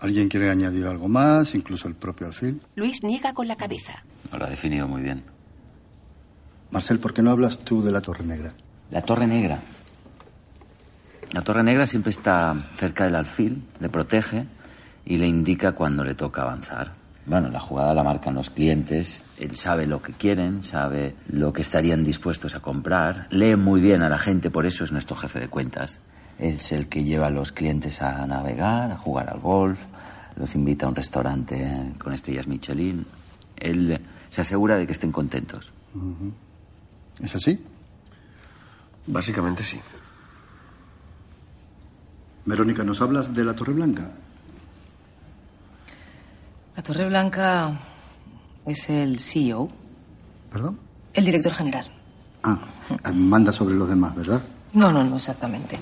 Speaker 11: ¿Alguien quiere añadir algo más? Incluso el propio alfil.
Speaker 1: Luis niega con la cabeza.
Speaker 5: No lo ha definido muy bien.
Speaker 11: Marcel, ¿por qué no hablas tú de la Torre Negra?
Speaker 5: La Torre Negra. La Torre Negra siempre está cerca del alfil, le protege y le indica cuándo le toca avanzar. Bueno, la jugada la marcan los clientes, él sabe lo que quieren, sabe lo que estarían dispuestos a comprar, lee muy bien a la gente, por eso es nuestro jefe de cuentas. Es el que lleva a los clientes a navegar, a jugar al golf, los invita a un restaurante con estrellas Michelin. Él se asegura de que estén contentos.
Speaker 11: Ujú. ¿Es así?
Speaker 2: Básicamente sí.
Speaker 11: Verónica, ¿nos hablas de la Torre Blanca?
Speaker 9: La Torre Blanca es el CEO,
Speaker 11: ¿Perdón?
Speaker 9: el director general.
Speaker 11: Ah, eh, manda sobre los demás, ¿verdad?
Speaker 9: No, no, no exactamente.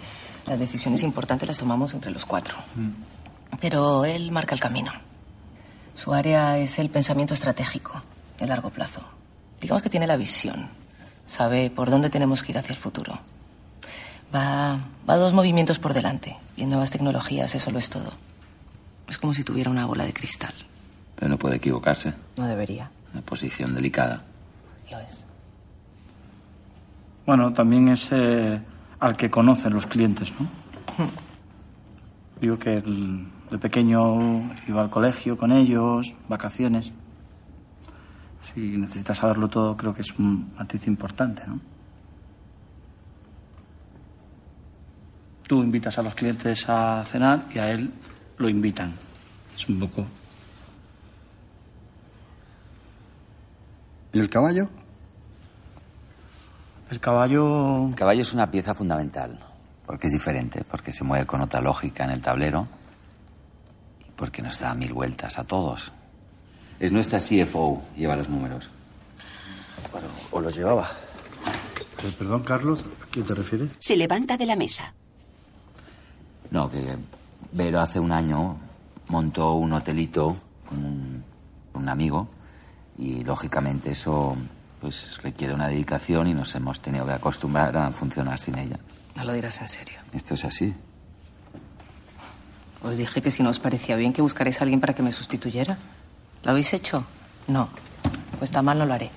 Speaker 9: Las decisiones importantes las tomamos entre los cuatro. Mm. Pero él marca el camino. Su área es el pensamiento estratégico, de largo plazo. Digamos que tiene la visión. Sabe por dónde tenemos que ir hacia el futuro. Va, va dos movimientos por delante. Y en nuevas tecnologías eso lo es todo. Es como si tuviera una bola de cristal.
Speaker 5: Pero no puede equivocarse.
Speaker 9: No debería.
Speaker 5: Una posición delicada.
Speaker 9: Lo es.
Speaker 3: Bueno, también es eh, al que conocen los clientes, ¿no? Digo que el- de pequeño iba al colegio con ellos, vacaciones. Si necesitas saberlo todo, creo que es un matiz importante, ¿no? Tú invitas a los clientes a cenar y a él lo invitan. Es un poco...
Speaker 11: ¿Y el caballo?
Speaker 3: El caballo...
Speaker 5: El caballo es una pieza fundamental, porque es diferente, porque se mueve con otra lógica en el tablero y porque nos da mil vueltas a todos. Es nuestra CFO, lleva los números.
Speaker 2: Bueno, o los llevaba.
Speaker 11: Eh, perdón, Carlos, ¿a qué te refieres?
Speaker 1: Se levanta de la mesa.
Speaker 5: No, que Vero hace un año montó un hotelito con un, un amigo y lógicamente eso pues requiere una dedicación y nos hemos tenido que acostumbrar a funcionar sin ella.
Speaker 9: No lo dirás en serio.
Speaker 5: Esto es así.
Speaker 9: Os dije que si no os parecía bien que buscaréis a alguien para que me sustituyera. ¿Lo habéis hecho? No. Pues tan mal no lo haré.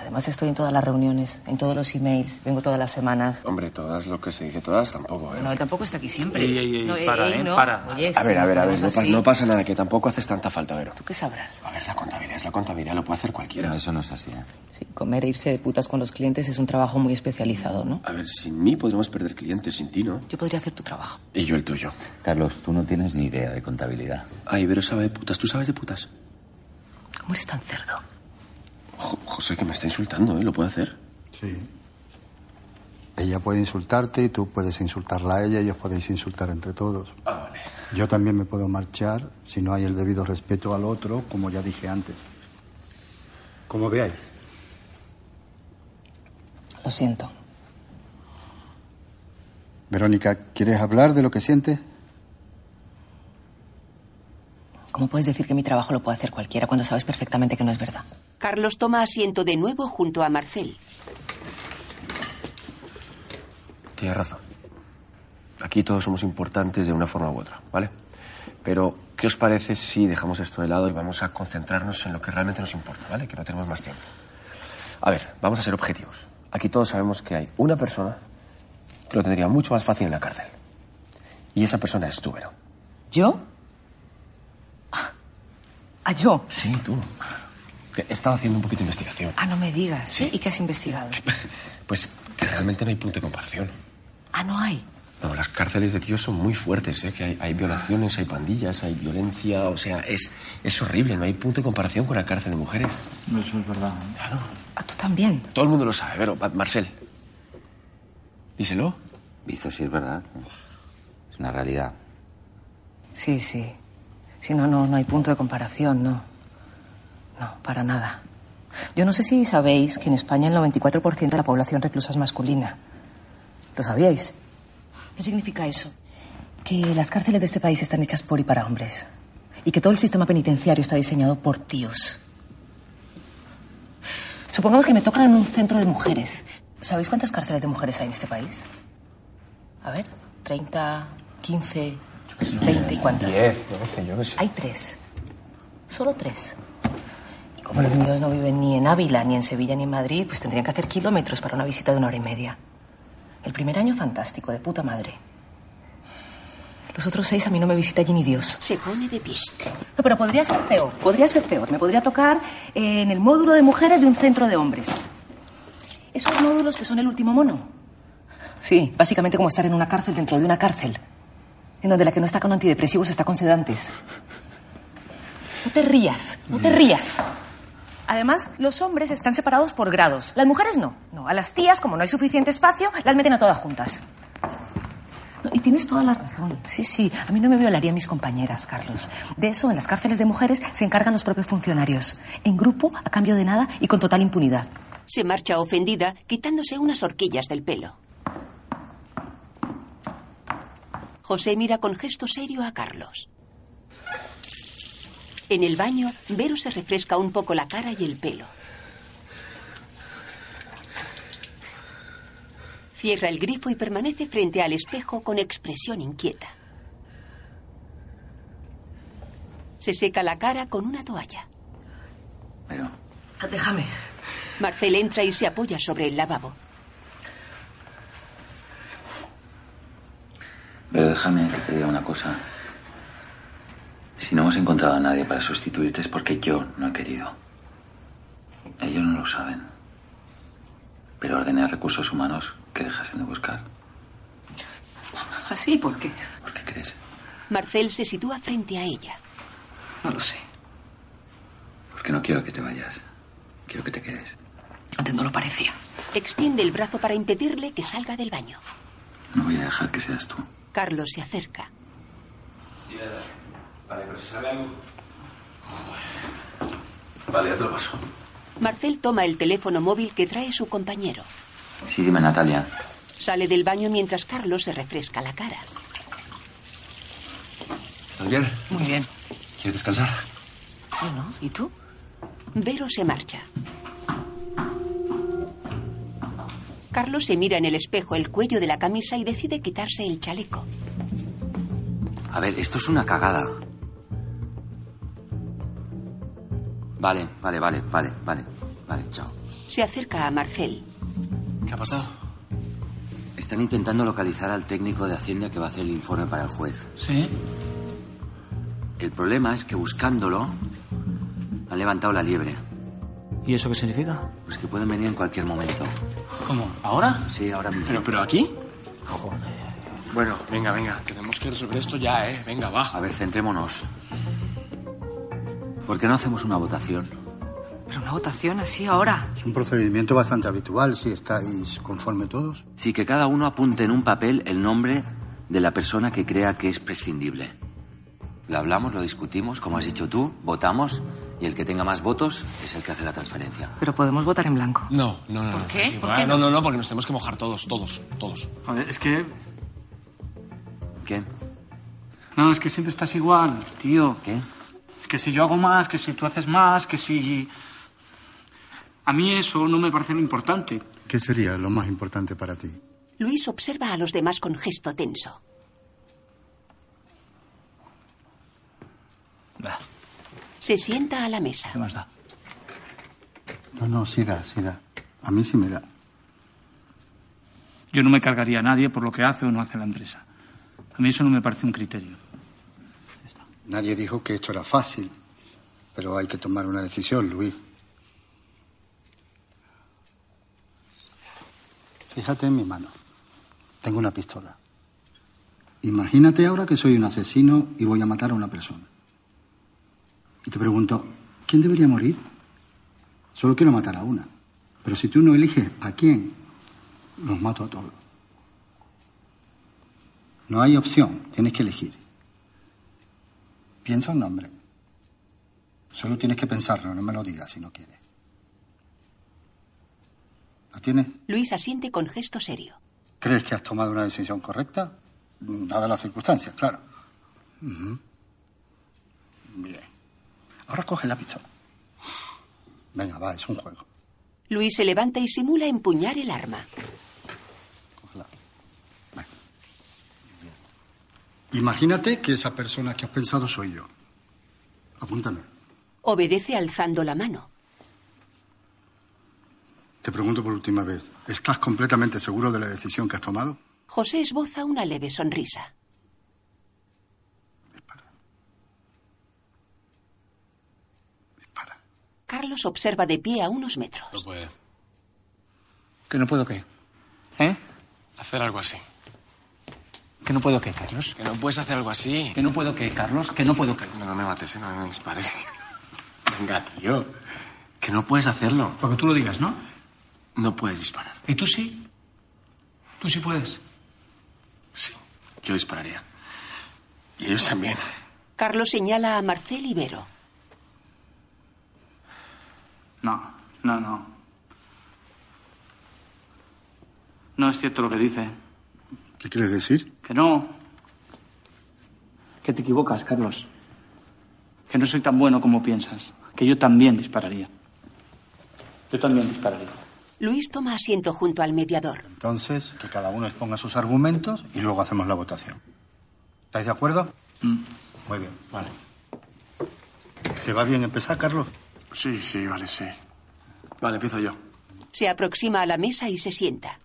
Speaker 9: Además estoy en todas las reuniones, en todos los emails, vengo todas las semanas.
Speaker 2: Hombre, todas lo que se dice todas tampoco, ¿eh?
Speaker 9: No, él tampoco está aquí siempre.
Speaker 2: Ey, ey, ey,
Speaker 9: no,
Speaker 2: para, ¿eh?
Speaker 9: no.
Speaker 2: Para.
Speaker 9: Oye,
Speaker 2: a
Speaker 9: esto
Speaker 2: ver, a ver, a ver, no,
Speaker 9: podemos
Speaker 2: pa-
Speaker 9: así.
Speaker 2: no pasa nada, que tampoco haces tanta falta, Vero.
Speaker 9: ¿Tú qué sabrás?
Speaker 2: A ver, la contabilidad es la contabilidad, lo puede hacer cualquiera.
Speaker 5: eso no es así,
Speaker 9: Sí, comer e irse de putas con los clientes es un trabajo muy especializado, ¿no?
Speaker 2: A ver, sin mí podríamos perder clientes, sin ti, ¿no?
Speaker 9: Yo podría hacer tu trabajo.
Speaker 2: Y yo el tuyo.
Speaker 5: Carlos, tú no tienes ni idea de contabilidad.
Speaker 2: Ay, Vero sabe de putas, tú sabes de putas.
Speaker 9: ¿Cómo eres tan cerdo?
Speaker 2: Jo- José, que me está insultando, ¿eh? ¿Lo puede hacer?
Speaker 11: Sí. Ella puede insultarte y tú puedes insultarla a ella y os podéis insultar entre todos. Yo también me puedo marchar si no hay el debido respeto al otro, como ya dije antes. Como veáis.
Speaker 9: Lo siento.
Speaker 11: Verónica, ¿quieres hablar de lo que sientes?
Speaker 9: ¿Cómo puedes decir que mi trabajo lo puede hacer cualquiera cuando sabes perfectamente que no es verdad?
Speaker 1: Carlos toma asiento de nuevo junto a Marcel.
Speaker 2: Tienes razón. Aquí todos somos importantes de una forma u otra, ¿vale? Pero, ¿qué os parece si dejamos esto de lado y vamos a concentrarnos en lo que realmente nos importa, ¿vale? Que no tenemos más tiempo. A ver, vamos a ser objetivos. Aquí todos sabemos que hay una persona que lo tendría mucho más fácil en la cárcel. Y esa persona es tú, Vero.
Speaker 9: ¿Yo? ¿A yo?
Speaker 2: Sí, tú. Te- He estado haciendo un poquito de investigación.
Speaker 9: Ah, no me digas. ¿Sí? ¿Y qué has investigado?
Speaker 2: Pues que realmente no hay punto de comparación.
Speaker 9: Ah, no hay.
Speaker 2: No, las cárceles de tíos son muy fuertes, ¿eh? Que hay, hay violaciones, hay pandillas, hay violencia, o sea, es, es horrible, no hay punto de comparación con la cárcel de mujeres.
Speaker 10: Eso es verdad.
Speaker 2: Claro.
Speaker 9: Ah, tú también.
Speaker 2: Todo el mundo lo sabe, pero Ma- Marcel. Díselo.
Speaker 5: Visto si es verdad. eh. Es una realidad.
Speaker 9: Sí, sí. Si no, no, no hay punto de comparación, no. No, para nada. Yo no sé si sabéis que en España el 94% de la población reclusa es masculina. ¿Lo sabíais? ¿Qué significa eso? Que las cárceles de este país están hechas por y para hombres. Y que todo el sistema penitenciario está diseñado por tíos. Supongamos que me tocan en un centro de mujeres. ¿Sabéis cuántas cárceles de mujeres hay en este país? A ver, 30, 15, 20 y cuántas.
Speaker 2: Diez, doce, yo qué sé.
Speaker 9: Hay tres. Solo tres. Y como los míos no viven ni en Ávila, ni en Sevilla, ni en Madrid, pues tendrían que hacer kilómetros para una visita de una hora y media. El primer año fantástico, de puta madre. Los otros seis a mí no me visita allí ni Dios.
Speaker 1: Se pone de pista.
Speaker 9: No, pero podría ser peor, podría ser peor. Me podría tocar eh, en el módulo de mujeres de un centro de hombres. Esos módulos que son el último mono. Sí, básicamente como estar en una cárcel dentro de una cárcel. En donde la que no está con antidepresivos está con sedantes. No te rías, no te rías. Además, los hombres están separados por grados. Las mujeres no. No, a las tías, como no hay suficiente espacio, las meten a todas juntas. No, y tienes toda la razón. Sí, sí. A mí no me violarían mis compañeras, Carlos. De eso, en las cárceles de mujeres se encargan los propios funcionarios. En grupo, a cambio de nada y con total impunidad.
Speaker 1: Se marcha ofendida, quitándose unas horquillas del pelo. José mira con gesto serio a Carlos. En el baño, Vero se refresca un poco la cara y el pelo. Cierra el grifo y permanece frente al espejo con expresión inquieta. Se seca la cara con una toalla.
Speaker 5: Pero...
Speaker 9: Ah, Déjame.
Speaker 1: Marcel entra y se apoya sobre el lavabo.
Speaker 5: Pero déjame que te diga una cosa. Si no hemos encontrado a nadie para sustituirte es porque yo no he querido. Ellos no lo saben. Pero ordené a recursos humanos que dejasen de buscar.
Speaker 9: ¿Así? Ah, ¿Por qué?
Speaker 5: ¿Por qué crees?
Speaker 1: Marcel se sitúa frente a ella.
Speaker 9: No lo sé.
Speaker 5: Porque no quiero que te vayas. Quiero que te quedes.
Speaker 9: Antes no lo parecía.
Speaker 1: Extiende el brazo para impedirle que salga del baño.
Speaker 5: No voy a dejar que seas tú.
Speaker 1: Carlos se acerca.
Speaker 2: Vale, pero si sale algo. Vale, ya te lo paso.
Speaker 1: Marcel toma el teléfono móvil que trae su compañero.
Speaker 5: Sí, dime, Natalia.
Speaker 1: Sale del baño mientras Carlos se refresca la cara.
Speaker 2: ¿Estás bien?
Speaker 9: Muy bien.
Speaker 2: ¿Quieres descansar?
Speaker 9: Bueno, ¿y tú?
Speaker 1: Vero se marcha. Carlos se mira en el espejo el cuello de la camisa y decide quitarse el chaleco.
Speaker 5: A ver, esto es una cagada. Vale, vale, vale, vale, vale. Vale, chao.
Speaker 1: Se acerca a Marcel.
Speaker 2: ¿Qué ha pasado?
Speaker 5: Están intentando localizar al técnico de Hacienda que va a hacer el informe para el juez.
Speaker 3: Sí.
Speaker 5: El problema es que buscándolo han levantado la liebre.
Speaker 10: ¿Y eso qué significa?
Speaker 5: Pues que pueden venir en cualquier momento.
Speaker 2: ¿Cómo? ¿Ahora?
Speaker 5: Sí, ahora mismo.
Speaker 2: ¿Pero, pero aquí? Joder. Bueno, venga, venga. Tenemos que resolver esto ya, ¿eh? Venga, va.
Speaker 5: A ver, centrémonos. ¿Por qué no hacemos una votación?
Speaker 9: Pero una votación así ahora.
Speaker 11: Es un procedimiento bastante habitual, si estáis conforme todos.
Speaker 5: Sí, que cada uno apunte en un papel el nombre de la persona que crea que es prescindible. Lo hablamos, lo discutimos, como has dicho tú, votamos y el que tenga más votos es el que hace la transferencia.
Speaker 9: Pero podemos votar en blanco.
Speaker 2: No, no, no.
Speaker 9: ¿Por qué? ¿Por
Speaker 2: Ah,
Speaker 9: qué
Speaker 2: no,
Speaker 9: no?
Speaker 2: no, no, porque nos tenemos que mojar todos, todos, todos.
Speaker 12: Joder, es que.
Speaker 5: ¿Qué?
Speaker 12: No, es que siempre estás igual, tío.
Speaker 5: ¿Qué?
Speaker 12: Que si yo hago más, que si tú haces más, que si. A mí eso no me parece lo importante.
Speaker 11: ¿Qué sería lo más importante para ti?
Speaker 1: Luis observa a los demás con gesto tenso. Se sienta a la mesa.
Speaker 11: No, no, sí da, sí da. A mí sí me da.
Speaker 12: Yo no me cargaría a nadie por lo que hace o no hace la empresa. A mí eso no me parece un criterio.
Speaker 11: Nadie dijo que esto era fácil, pero hay que tomar una decisión, Luis. Fíjate en mi mano. Tengo una pistola. Imagínate ahora que soy un asesino y voy a matar a una persona. Y te pregunto, ¿quién debería morir? Solo quiero matar a una. Pero si tú no eliges a quién, los mato a todos. No hay opción, tienes que elegir. Piensa un nombre. Solo tienes que pensarlo, no me lo digas si no quieres. ¿Lo tienes?
Speaker 1: Luis asiente con gesto serio.
Speaker 11: ¿Crees que has tomado una decisión correcta? Dadas las circunstancias, claro. Ujú. Bien. Ahora coge la pistola. Venga, va, es un juego.
Speaker 1: Luis se levanta y simula empuñar el arma.
Speaker 11: Imagínate que esa persona que has pensado soy yo. Apúntame.
Speaker 1: Obedece alzando la mano.
Speaker 11: Te pregunto por última vez, ¿estás completamente seguro de la decisión que has tomado?
Speaker 1: José esboza una leve sonrisa. Carlos observa de pie a unos metros.
Speaker 2: No Pues, puede.
Speaker 3: ¿Que no puedo qué?
Speaker 2: Hacer algo así.
Speaker 3: ¿Que no puedo qué, Carlos?
Speaker 2: Que no puedes hacer algo así.
Speaker 3: ¿Que no puedo qué, Carlos? ¿Que no puedo qué?
Speaker 2: No, no me mates, ¿eh? no me dispares. Venga, tío. Que no puedes hacerlo.
Speaker 3: Porque tú lo digas, ¿no?
Speaker 2: No puedes disparar.
Speaker 3: ¿Y tú sí? ¿Tú sí puedes?
Speaker 2: Yo dispararía. Y ellos también.
Speaker 1: Carlos señala a Marcel Ibero.
Speaker 12: No, no, no. No es cierto lo que dice.
Speaker 11: ¿Qué quieres decir?
Speaker 12: Que no. Que te equivocas, Carlos. Que no soy tan bueno como piensas. Que yo también dispararía. Yo también dispararía.
Speaker 1: Luis toma asiento junto al mediador.
Speaker 11: Entonces, que cada uno exponga sus argumentos y luego hacemos la votación. ¿Estáis de acuerdo?
Speaker 12: Mm.
Speaker 11: Muy bien, vale. ¿Te va bien empezar, Carlos?
Speaker 2: Sí, sí, vale, sí. Vale, empiezo yo.
Speaker 1: Se aproxima a la mesa y se sienta.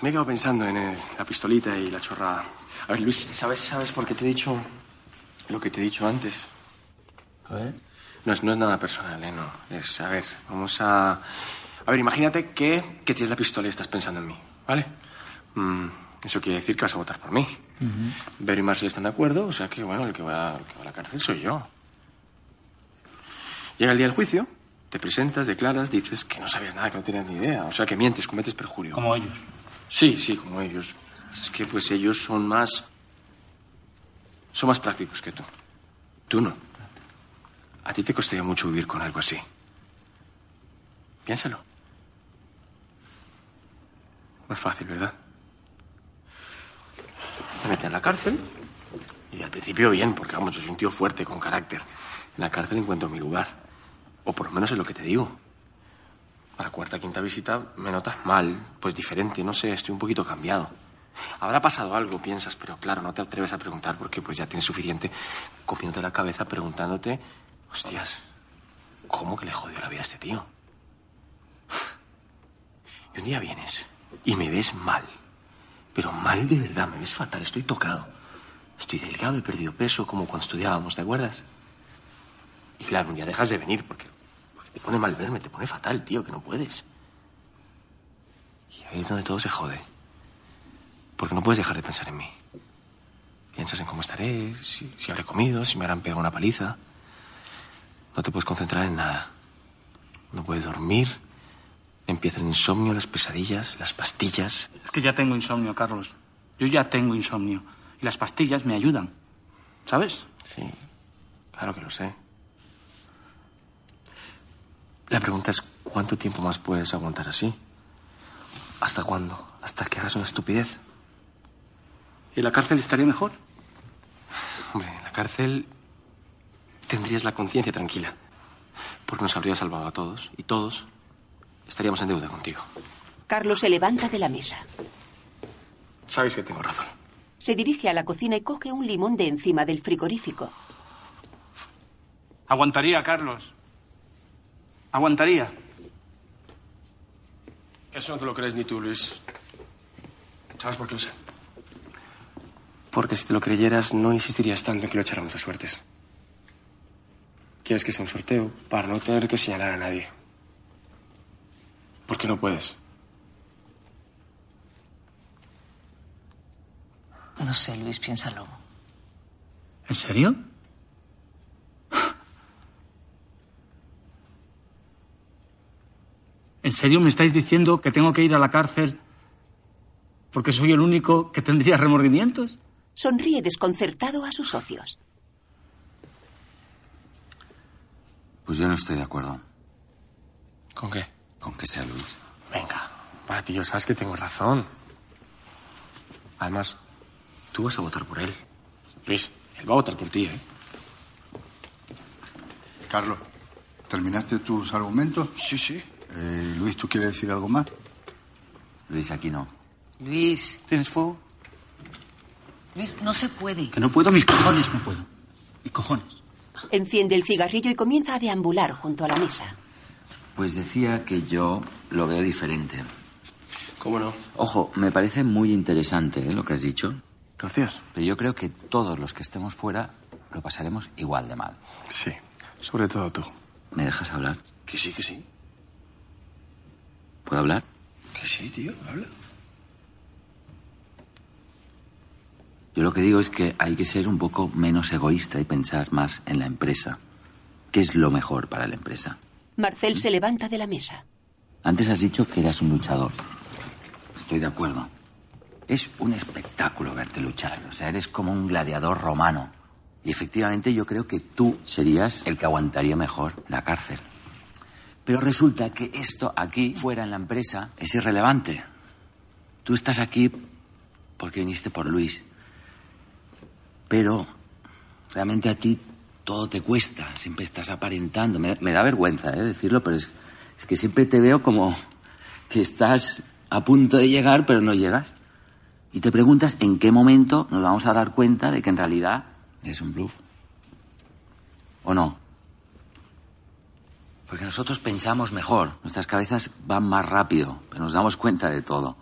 Speaker 2: Me he quedado pensando en eh, la pistolita y la chorrada. A ver, Luis, ¿sabes, ¿sabes por qué te he dicho lo que te he dicho antes?
Speaker 4: A ver.
Speaker 2: No es, no es nada personal, ¿eh? No. Es, a ver, vamos a... A ver, imagínate que, que tienes la pistola y estás pensando en mí, ¿vale? Mm, eso quiere decir que vas a votar por mí. Vero y Marcel están de acuerdo, o sea que, bueno, el que, va, el que va a la cárcel soy yo. Llega el día del juicio, te presentas, declaras, dices que no sabías nada, que no tenías ni idea. O sea que mientes, cometes perjurio.
Speaker 3: Como ellos.
Speaker 2: Sí, sí, como ellos. Es que pues ellos son más... Son más prácticos que tú. Tú no. A ti te costaría mucho vivir con algo así. Piénsalo. No es fácil, ¿verdad? Te meten en la cárcel. Y al principio bien, porque vamos, yo soy un tío fuerte, con carácter. En la cárcel encuentro mi lugar. O por lo menos es lo que te digo. A la cuarta, quinta visita me notas mal, pues diferente, no sé, estoy un poquito cambiado. Habrá pasado algo, piensas, pero claro, no te atreves a preguntar porque pues ya tienes suficiente comiéndote la cabeza preguntándote, hostias, ¿cómo que le jodió la vida a este tío? Y un día vienes y me ves mal, pero mal de verdad, me ves fatal, estoy tocado. Estoy delgado, he perdido peso, como cuando estudiábamos, ¿te acuerdas? Y claro, un día dejas de venir porque te pone mal verme, te pone fatal, tío, que no puedes. Y ahí es donde todo se jode. Porque no puedes dejar de pensar en mí. Piensas en cómo estaré, si, si habré comido, si me harán pegar una paliza. No te puedes concentrar en nada. No puedes dormir. Empieza el insomnio, las pesadillas, las pastillas.
Speaker 12: Es que ya tengo insomnio, Carlos. Yo ya tengo insomnio. Y las pastillas me ayudan. ¿Sabes?
Speaker 2: Sí, claro que lo sé. La pregunta es, ¿cuánto tiempo más puedes aguantar así? ¿Hasta cuándo? ¿Hasta que hagas una estupidez?
Speaker 12: ¿Y la cárcel estaría mejor?
Speaker 2: Hombre, en la cárcel tendrías la conciencia tranquila. Porque nos habrías salvado a todos. Y todos estaríamos en deuda contigo.
Speaker 1: Carlos se levanta de la mesa.
Speaker 2: Sabes que tengo razón.
Speaker 1: Se dirige a la cocina y coge un limón de encima del frigorífico.
Speaker 12: Aguantaría, Carlos. Aguantaría.
Speaker 2: Eso no te lo crees ni tú, Luis. ¿Sabes por qué lo sé? Porque si te lo creyeras, no insistirías tanto en que lo echáramos a suertes. Quieres que sea un sorteo para no tener que señalar a nadie. Porque no puedes.
Speaker 9: No sé, Luis, piénsalo.
Speaker 12: ¿En serio? ¿En serio me estáis diciendo que tengo que ir a la cárcel porque soy el único que tendría remordimientos?
Speaker 1: Sonríe desconcertado a sus socios.
Speaker 5: Pues yo no estoy de acuerdo
Speaker 2: ¿Con qué?
Speaker 5: con que sea Luis.
Speaker 2: Venga. Va, tío, sabes que tengo razón. Además, tú vas a votar por él. Luis, él va a votar por ti, ¿eh?
Speaker 11: Carlos, ¿terminaste tus argumentos? Sí, sí. Luis, ¿tú quieres decir algo más?
Speaker 5: Luis, aquí no.
Speaker 9: Luis,
Speaker 12: ¿Tienes fuego?
Speaker 9: Luis, no se puede.
Speaker 12: Que no puedo, mis cojones no puedo. Mis cojones.
Speaker 1: Enciende el cigarrillo y comienza a deambular junto a la mesa.
Speaker 5: Pues decía que yo lo veo diferente.
Speaker 2: ¿Cómo no?
Speaker 5: Ojo, me parece muy interesante ¿eh? lo que has dicho,
Speaker 2: Gracias.
Speaker 5: pero yo creo que todos los que estemos fuera lo pasaremos igual de mal.
Speaker 2: Sí, sobre todo tú.
Speaker 5: ¿Me dejas hablar?
Speaker 2: Que sí, que sí.
Speaker 5: ¿Puedo hablar?
Speaker 2: Que sí, tío, habla.
Speaker 5: Yo lo que digo es que hay que ser un poco menos egoísta y pensar más en la empresa. ¿Qué es lo mejor para la empresa?
Speaker 1: Marcel se levanta de la mesa.
Speaker 5: Antes has dicho que eras un luchador. Estoy de acuerdo. Es un espectáculo verte luchar. O sea, eres como un gladiador romano. Y efectivamente yo creo que tú serías el que aguantaría mejor la cárcel. Pero resulta que esto aquí, fuera en la empresa, es irrelevante. Tú estás aquí porque viniste por Luis. Pero realmente a ti todo te cuesta. Siempre estás aparentando. Me, me da vergüenza ¿eh? decirlo, pero es, es que siempre te veo como que estás a punto de llegar, pero no llegas. Y te preguntas en qué momento nos vamos a dar cuenta de que en realidad es un bluff. ¿O no? Porque nosotros pensamos mejor, nuestras cabezas van más rápido, pero nos damos cuenta de todo.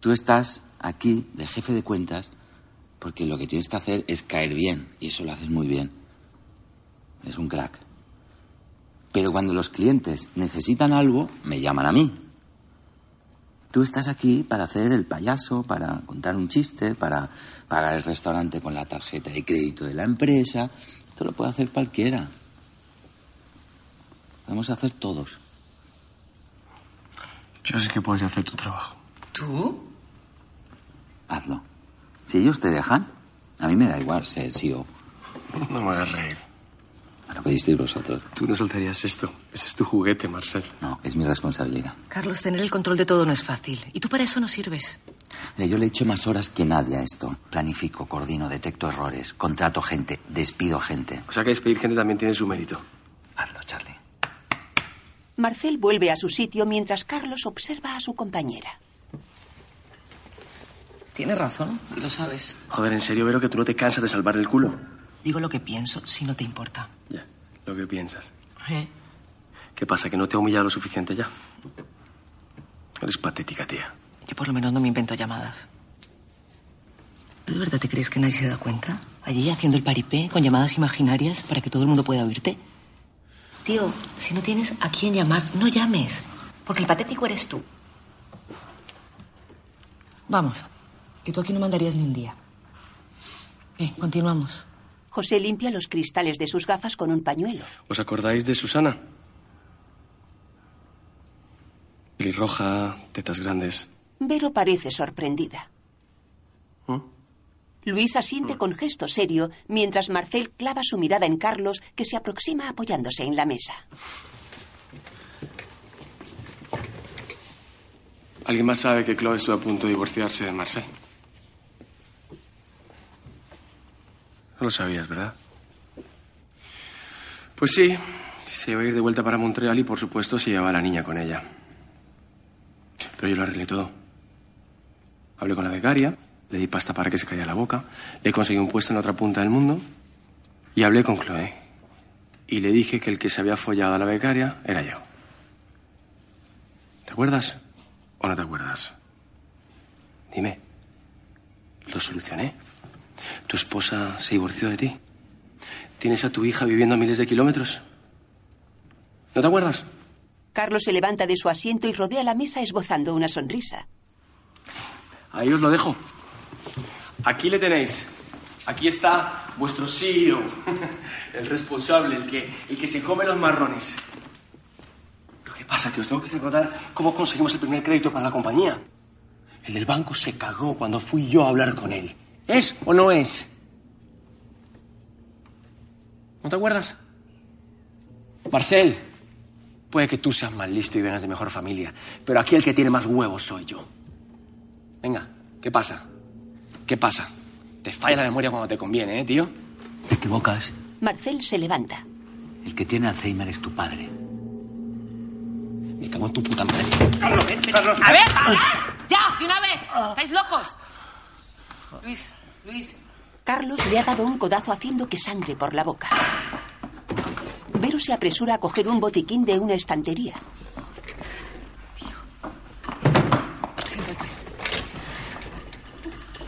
Speaker 5: Tú estás aquí de jefe de cuentas porque lo que tienes que hacer es caer bien, y eso lo haces muy bien. Es un crack. Pero cuando los clientes necesitan algo, me llaman a mí. Tú estás aquí para hacer el payaso, para contar un chiste, para pagar el restaurante con la tarjeta de crédito de la empresa. Esto lo puede hacer cualquiera. Podemos hacer todos.
Speaker 2: Yo sé que puedes hacer tu trabajo.
Speaker 9: ¿Tú?
Speaker 5: Hazlo. Si ellos te dejan, a mí me da igual ser E CEO.
Speaker 2: No me hagas reír.
Speaker 5: Lo pedisteis vosotros.
Speaker 2: Tú no soltarías esto. Ese es tu juguete, Marcel.
Speaker 5: No, es mi responsabilidad.
Speaker 9: Carlos, tener el control de todo no es fácil. Y tú para eso no sirves.
Speaker 5: Mira, yo le echo más horas que nadie a esto. Planifico, coordino, detecto errores, contrato gente, despido gente.
Speaker 2: O sea que despedir gente también tiene su mérito.
Speaker 5: Hazlo, Charlie.
Speaker 1: Marcel vuelve a su sitio mientras Carlos observa a su compañera.
Speaker 9: Tienes razón, y lo sabes.
Speaker 2: Joder, en serio, Vero, que tú no te cansas de salvar el culo.
Speaker 9: Digo lo que pienso, si no te importa.
Speaker 2: Ya, lo que piensas.
Speaker 9: ¿Eh?
Speaker 2: ¿Qué pasa? ¿Que no te ha humillado lo suficiente ya? Eres patética, tía.
Speaker 9: Yo por lo menos no me invento llamadas. ¿Tú de verdad te crees que nadie se da cuenta? Allí haciendo el paripé con llamadas imaginarias para que todo el mundo pueda oírte. Tío, si no tienes a quién llamar, no llames. Porque el patético eres tú. Vamos, que tú aquí no mandarías ni un día. Bien, continuamos.
Speaker 1: José limpia los cristales de sus gafas con un pañuelo.
Speaker 2: ¿Os acordáis de Susana? Pelirroja, tetas grandes.
Speaker 1: Vero parece sorprendida.
Speaker 2: ¿Mm?
Speaker 1: Luis asiente con gesto serio mientras Marcel clava su mirada en Carlos, que se aproxima apoyándose en la mesa.
Speaker 2: ¿Alguien más sabe que Chloe estuvo a punto de divorciarse de Marcel? No lo sabías, ¿verdad? Pues sí, se iba a ir de vuelta para Montreal y por supuesto se llevaba a la niña con ella. Pero yo lo arreglé todo. Hablé con la becaria, le di pasta para que se callara la boca, le conseguí un puesto en la otra punta del mundo y hablé con Chloe. Y le dije que el que se había follado a la becaria era yo. ¿Te acuerdas? ¿O no te acuerdas? Dime.
Speaker 13: lo solucioné. Tu esposa se divorció de ti. Tienes a tu hija viviendo a miles de kilómetros. ¿No te acuerdas?
Speaker 1: Carlos se levanta de su asiento y rodea la mesa esbozando una sonrisa.
Speaker 2: Ahí os lo dejo. Aquí le tenéis. Aquí está vuestro CEO, el responsable, el que, el que se come los marrones. Lo que pasa es que os tengo que recordar cómo conseguimos el primer crédito para la compañía. El del banco se cagó cuando fui yo a hablar con él. ¿Es o no es? ¿No te acuerdas? Marcel, puede que tú seas más listo y vengas de mejor familia, pero aquí el que tiene más huevos soy yo. Venga, ¿qué pasa? ¿Qué pasa? Te falla la memoria cuando te conviene, ¿eh, tío?
Speaker 5: Te equivocas.
Speaker 1: Marcel se levanta.
Speaker 5: El que tiene Alzheimer es tu padre.
Speaker 2: Me cago en tu puta madre.
Speaker 9: ¡A ver! ¡Ya! ¡De una vez! ¡Estáis locos! Luis, Luis.
Speaker 1: Carlos le ha dado un codazo haciendo que sangre por la boca. Vero se apresura a coger un botiquín de una estantería.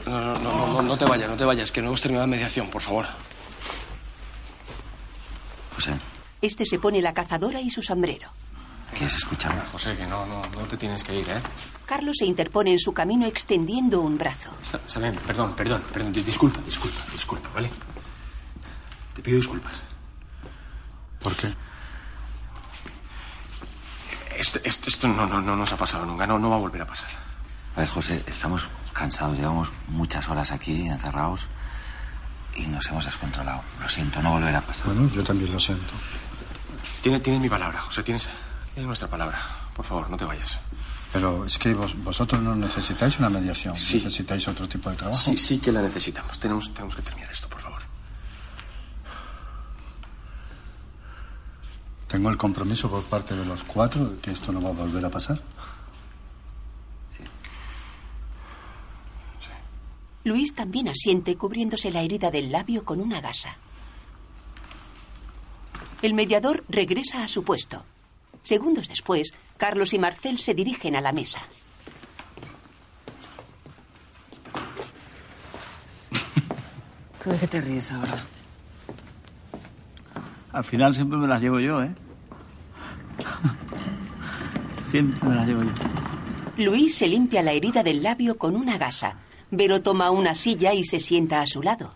Speaker 2: No, no, no, no, no te vayas, no te vayas, que no hemos terminado la mediación, por favor.
Speaker 5: José,
Speaker 1: Este se pone la cazadora y su sombrero.
Speaker 5: ¿quieres escucharme?
Speaker 2: José, que no, no, no te tienes que ir, ¿eh?
Speaker 1: Carlos se interpone en su camino extendiendo un brazo.
Speaker 2: Sa- Saben, perdón, perdón, perdón, di- disculpa, disculpa, disculpa, ¿vale? Te pido disculpas.
Speaker 11: ¿Por qué?
Speaker 2: Esto, esto, Este, esto no, no, no nos ha pasado nunca, no, no va a volver a pasar.
Speaker 5: A ver, José, estamos cansados, llevamos muchas horas aquí encerrados y nos hemos descontrolado. Lo siento, no volverá a pasar.
Speaker 11: Bueno, yo también lo siento.
Speaker 2: Tienes, tienes mi palabra, José, tienes, tienes nuestra palabra. Por favor, no te vayas.
Speaker 11: Pero es que vos- vosotros no necesitáis una mediación, necesitáis otro tipo de trabajo.
Speaker 2: Sí, sí que la necesitamos. Tenemos, tenemos que terminar esto, por favor.
Speaker 11: Tengo el compromiso por parte de los cuatro de que esto no va a volver a pasar.
Speaker 1: Luis también asiente cubriéndose la herida del labio con una gasa. El mediador regresa a su puesto. Segundos después, Carlos y Marcel se dirigen a la mesa.
Speaker 9: ¿Tú de qué te ríes ahora?
Speaker 12: Al final siempre me las llevo yo, ¿eh? siempre me las llevo yo.
Speaker 1: Luis se limpia la herida del labio con una gasa. Vero toma una silla y se sienta a su lado.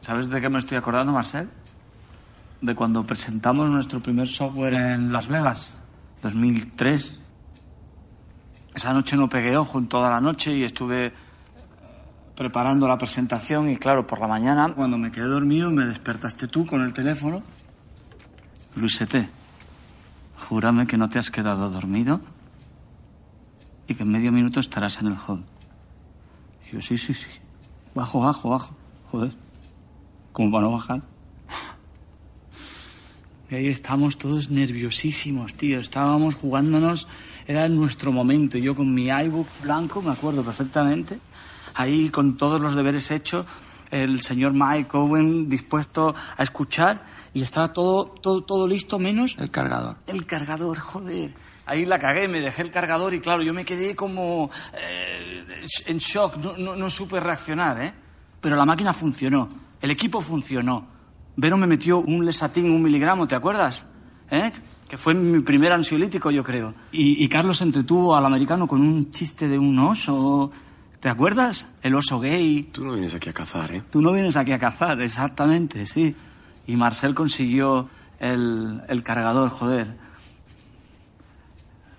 Speaker 12: ¿Sabes de qué me estoy acordando, Marcel? De cuando presentamos nuestro primer software en Las Vegas, 2003. Esa noche no pegué ojo en toda la noche y estuve eh, preparando la presentación y claro, por la mañana, cuando me quedé dormido, me despertaste tú con el teléfono. Luisete, júrame que no te has quedado dormido y que en medio minuto estarás en el hall. Y yo, sí, sí, sí. Bajo, bajo, bajo. Joder. ¿Cómo para no bajar? Y ahí estamos todos nerviosísimos, tío. Estábamos jugándonos, era nuestro momento. Yo con mi iBook blanco, me acuerdo perfectamente, ahí con todos los deberes hechos, el señor Mike Owen dispuesto a escuchar y estaba todo, todo, todo listo menos
Speaker 5: El cargador.
Speaker 12: el cargador, joder. Ahí la cagué, me dejé el cargador y claro, yo me quedé como eh, en shock, no, no- no supe reaccionar, ¿eh? Pero la máquina funcionó, el equipo funcionó. Vero me metió un lesatín, un miligramo, ¿te acuerdas? ¿Eh? Que fue mi primer ansiolítico, yo creo. Y, y Carlos entretuvo al americano con un chiste de un oso, ¿te acuerdas? El oso gay.
Speaker 2: Tú no vienes aquí a cazar, ¿eh?
Speaker 12: Tú no vienes aquí a cazar, exactamente, sí. Y Marcel consiguió el, el cargador, joder.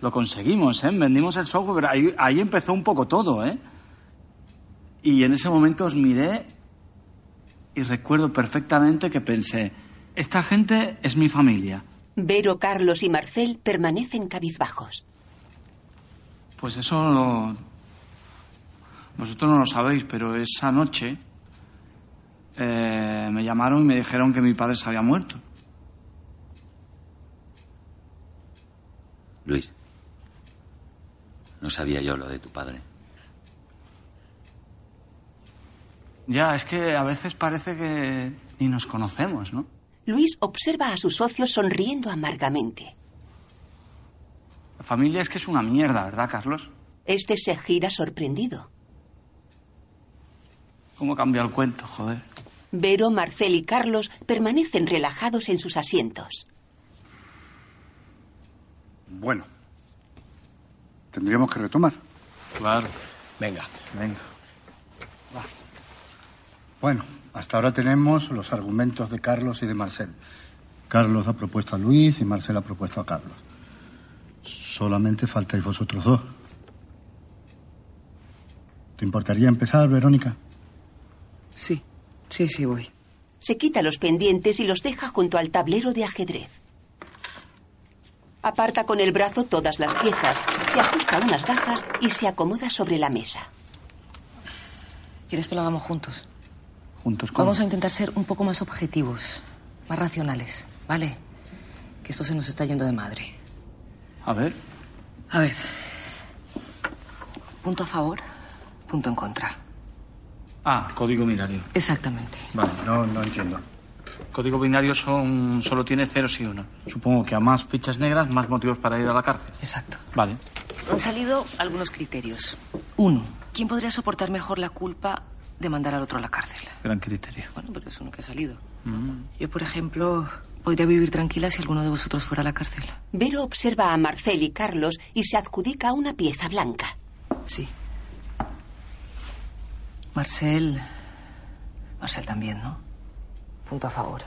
Speaker 12: Lo conseguimos, ¿eh? Vendimos el software, ahí, ahí empezó un poco todo, ¿eh? Y en ese momento os miré y recuerdo perfectamente que pensé, esta gente es mi familia.
Speaker 1: Vero, Carlos y Marcel permanecen cabizbajos.
Speaker 12: Pues eso lo- vosotros no lo sabéis, pero esa noche eh, me llamaron y me dijeron que mi padre se había muerto.
Speaker 5: Luis, no sabía yo lo de tu padre.
Speaker 12: Ya, es que a veces parece que ni nos conocemos, ¿no?
Speaker 1: Luis observa a sus socios sonriendo amargamente.
Speaker 12: La familia es que es una mierda, ¿verdad, Carlos?
Speaker 1: Este se gira sorprendido.
Speaker 12: ¿Cómo cambia el cuento, joder?
Speaker 1: Vero, Marcel y Carlos permanecen relajados en sus asientos.
Speaker 11: Bueno, tendríamos que retomar.
Speaker 12: Claro.
Speaker 11: Venga, venga. Bueno, hasta ahora tenemos los argumentos de Carlos y de Marcel. Carlos ha propuesto a Luis y Marcel ha propuesto a Carlos. Solamente faltáis vosotros dos. ¿Te importaría empezar, Verónica?
Speaker 9: Sí, sí, sí, voy.
Speaker 1: Se quita los pendientes y los deja junto al tablero de ajedrez. Aparta con el brazo todas las piezas, se ajusta unas gafas y se acomoda sobre la mesa.
Speaker 9: ¿Quieres que lo hagamos juntos?
Speaker 12: Juntos
Speaker 9: Vamos a intentar ser un poco más objetivos, más racionales, ¿vale? Que esto se nos está yendo de madre.
Speaker 12: A ver.
Speaker 9: A ver. Punto a favor, punto en contra.
Speaker 12: Ah, código binario.
Speaker 9: Exactamente.
Speaker 12: Vale.
Speaker 11: No, no entiendo.
Speaker 12: Código binario son solo tiene ceros y uno. Supongo que a más fichas negras, más motivos para ir a la cárcel.
Speaker 9: Exacto.
Speaker 12: Vale.
Speaker 9: Han salido algunos criterios. Uno, ¿quién podría soportar mejor la culpa de mandar al otro a la cárcel?
Speaker 12: Gran criterio.
Speaker 9: Bueno, pero es uno que ha salido. Yo, por ejemplo, podría vivir tranquila si alguno de vosotros fuera a la cárcel.
Speaker 1: Vero observa a Marcel y Carlos y se adjudica una pieza blanca.
Speaker 9: Sí. Marcel. Marcel también, ¿no? Punto a favor.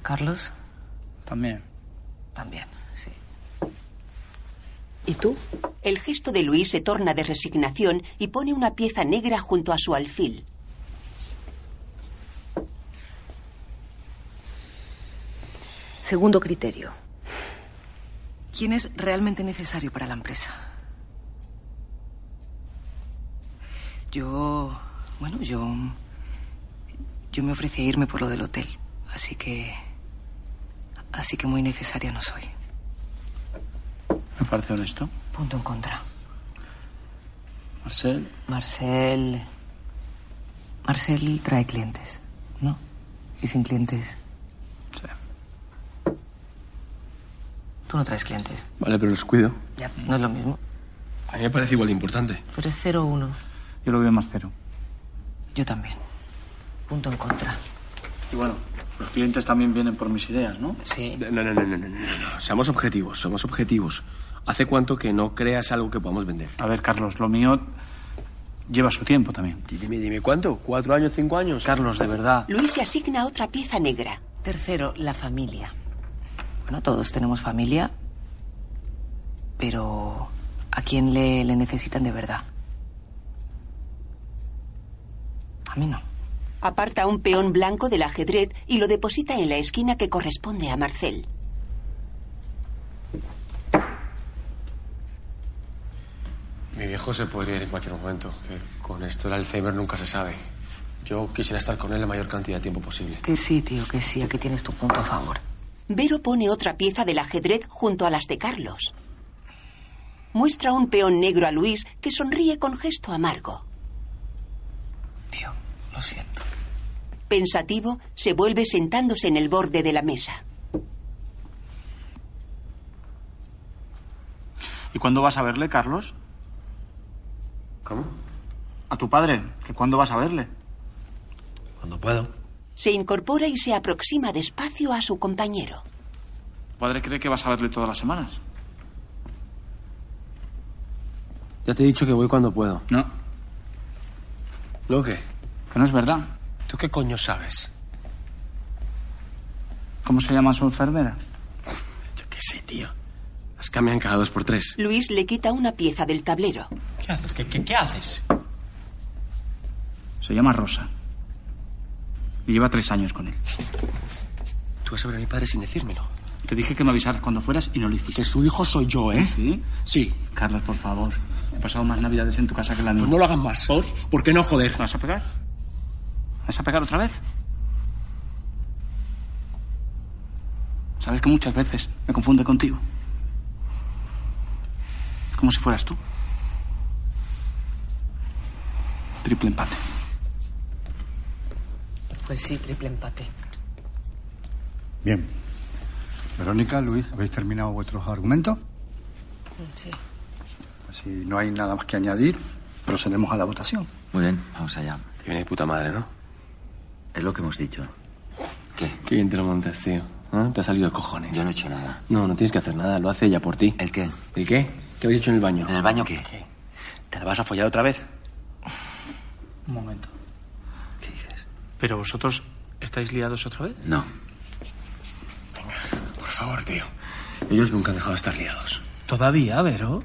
Speaker 9: Carlos,
Speaker 12: También.
Speaker 9: también, sí. ¿Y tú?
Speaker 1: El gesto de Luis se torna de resignación y pone una pieza negra junto a su alfil.
Speaker 9: Segundo criterio. ¿Quién es realmente necesario para la empresa? Yo. Bueno, yo. Yo me ofrecí a irme por lo del hotel. Así que. Así que muy necesaria no soy.
Speaker 12: Me parece honesto.
Speaker 9: Punto en contra.
Speaker 12: Marcel.
Speaker 9: Marcel. Marcel trae clientes, ¿no? Y sin clientes.
Speaker 12: Sí.
Speaker 9: Tú no traes clientes.
Speaker 2: Vale, pero los cuido.
Speaker 9: Ya, no es lo mismo.
Speaker 2: A mí me parece igual de importante.
Speaker 9: Pero es 0-1.
Speaker 12: Yo lo veo más cero.
Speaker 9: Yo también. Punto en contra.
Speaker 12: Y bueno, los clientes también vienen por mis ideas, ¿no?
Speaker 9: Sí.
Speaker 2: No, no, no, no, no, no, no, no. Seamos objetivos, somos objetivos. ¿Hace cuánto que no creas algo que podamos vender?
Speaker 12: A ver, Carlos, lo mío lleva su tiempo también.
Speaker 2: Dime, dime, ¿cuánto? ¿Cuatro años, cinco años?
Speaker 12: Carlos, de verdad.
Speaker 1: Luis se asigna otra pieza negra.
Speaker 9: Tercero, la familia. Bueno, todos tenemos familia, pero ¿a quién le, le necesitan de verdad? A mí no.
Speaker 1: Aparta un peón blanco del ajedrez y lo deposita en la esquina que corresponde a Marcel.
Speaker 2: Mi viejo se podría ir en cualquier momento, que con esto el Alzheimer nunca se sabe. Yo quisiera estar con él la mayor cantidad de tiempo posible.
Speaker 9: Que sí, tío, que sí, aquí tienes tu punto a favor.
Speaker 1: Vero pone otra pieza del ajedrez junto a las de Carlos. Muestra un peón negro a Luis que sonríe con gesto amargo.
Speaker 9: Tío, lo siento.
Speaker 1: Pensativo, se vuelve sentándose en el borde de la mesa.
Speaker 12: ¿Y cuándo vas a verle, Carlos?
Speaker 2: ¿Cómo?
Speaker 12: A tu padre. ¿Que cuándo vas a verle?
Speaker 2: Cuando puedo.
Speaker 1: Se incorpora y se aproxima despacio a su compañero.
Speaker 12: Tu padre cree que vas a verle todas las semanas.
Speaker 2: Ya te he dicho que voy cuando puedo.
Speaker 12: No.
Speaker 2: ¿Lo qué?
Speaker 12: Que no es verdad.
Speaker 2: ¿Tú qué coño sabes?
Speaker 12: ¿Cómo se llama su enfermera?
Speaker 2: Yo qué sé, tío. Las cambian cada dos por tres.
Speaker 1: Luis le quita una pieza del tablero.
Speaker 2: ¿Qué haces? ¿Qué, qué, qué haces?
Speaker 12: Se llama Rosa. Y lleva tres años con él.
Speaker 2: Tú vas a ver a mi padre sin decírmelo.
Speaker 12: Te dije que me avisaras cuando fueras y no lo hiciste.
Speaker 2: Que su hijo soy yo, ¿eh?
Speaker 12: ¿Sí?
Speaker 2: Sí.
Speaker 12: Carlos, por favor. He pasado más navidades en tu casa que en la mía.
Speaker 2: Pues no lo hagas más.
Speaker 12: ¿Por?
Speaker 2: ¿Por qué no, joder?
Speaker 12: ¿Vas a pegar? ¿Vas a pegar otra vez? Sabes que muchas veces me confunde contigo. Como si fueras tú. Triple empate.
Speaker 9: Pues sí, triple empate.
Speaker 11: Bien. Verónica, Luis, ¿habéis terminado vuestros argumentos?
Speaker 9: Sí.
Speaker 11: Si no hay nada más que añadir, procedemos a la votación.
Speaker 5: Muy bien, vamos allá.
Speaker 2: Te viene de puta madre, ¿no?
Speaker 5: Es lo que hemos dicho.
Speaker 2: ¿Qué? Qué bien te lo montas, tío. ¿Eh? Te ha salido de cojones.
Speaker 5: Yo no he hecho nada.
Speaker 2: No, no tienes que hacer nada, lo hace ella por ti.
Speaker 5: ¿El qué?
Speaker 2: ¿El qué? ¿Qué habéis hecho en el baño?
Speaker 5: ¿En el baño qué?
Speaker 2: ¿Te la vas a follar otra vez?
Speaker 12: Un momento.
Speaker 5: ¿Qué dices?
Speaker 12: ¿Pero vosotros estáis liados otra vez?
Speaker 5: No.
Speaker 2: Por favor, tío. Ellos nunca han dejado de estar liados.
Speaker 12: ¿Todavía, Vero?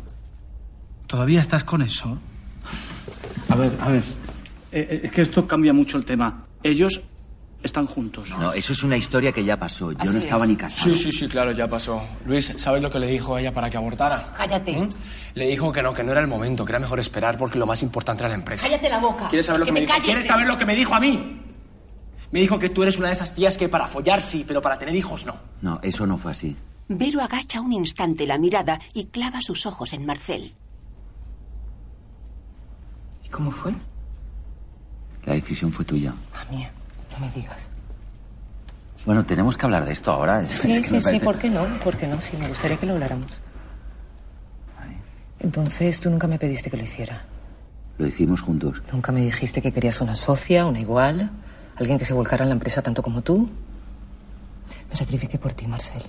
Speaker 12: ¿Todavía estás con eso? A ver, a ver. Eh, eh, es que esto cambia mucho el tema. Ellos están juntos.
Speaker 5: No, eso es una historia que ya pasó. Yo
Speaker 8: Así
Speaker 5: no estaba
Speaker 8: es.
Speaker 5: ni
Speaker 2: Sí,
Speaker 5: casado.
Speaker 2: sí, sí, claro, ya pasó. Luis, ¿sabes lo que le dijo a ella para que abortara?
Speaker 8: Cállate.
Speaker 2: ¿Mm? Le dijo que no, que no era el momento, que era mejor esperar porque lo más importante era la empresa.
Speaker 8: Cállate la boca.
Speaker 2: ¿Quieres saber lo que, me dijo? ¿Quieres saber lo que me dijo a mí? Me dijo que tú eres una de esas tías que para follar sí, pero para tener hijos no.
Speaker 5: No, eso no fue así.
Speaker 1: Vero agacha un instante la mirada y clava sus ojos en Marcel.
Speaker 8: ¿Y cómo fue?
Speaker 5: La decisión fue tuya.
Speaker 8: La mía. No me digas.
Speaker 5: Bueno, tenemos que hablar de esto ahora. Es que
Speaker 8: Sí,
Speaker 5: me
Speaker 8: sí, sí,
Speaker 5: parece-
Speaker 8: ¿por qué no? ¿Por qué no? Sí, me gustaría que lo habláramos. Entonces tú nunca me pediste que lo hiciera.
Speaker 5: Lo hicimos juntos.
Speaker 8: Nunca me dijiste que querías una socia, una igual, alguien que se volcara en la empresa tanto como tú. Me sacrifiqué por ti, Marcel.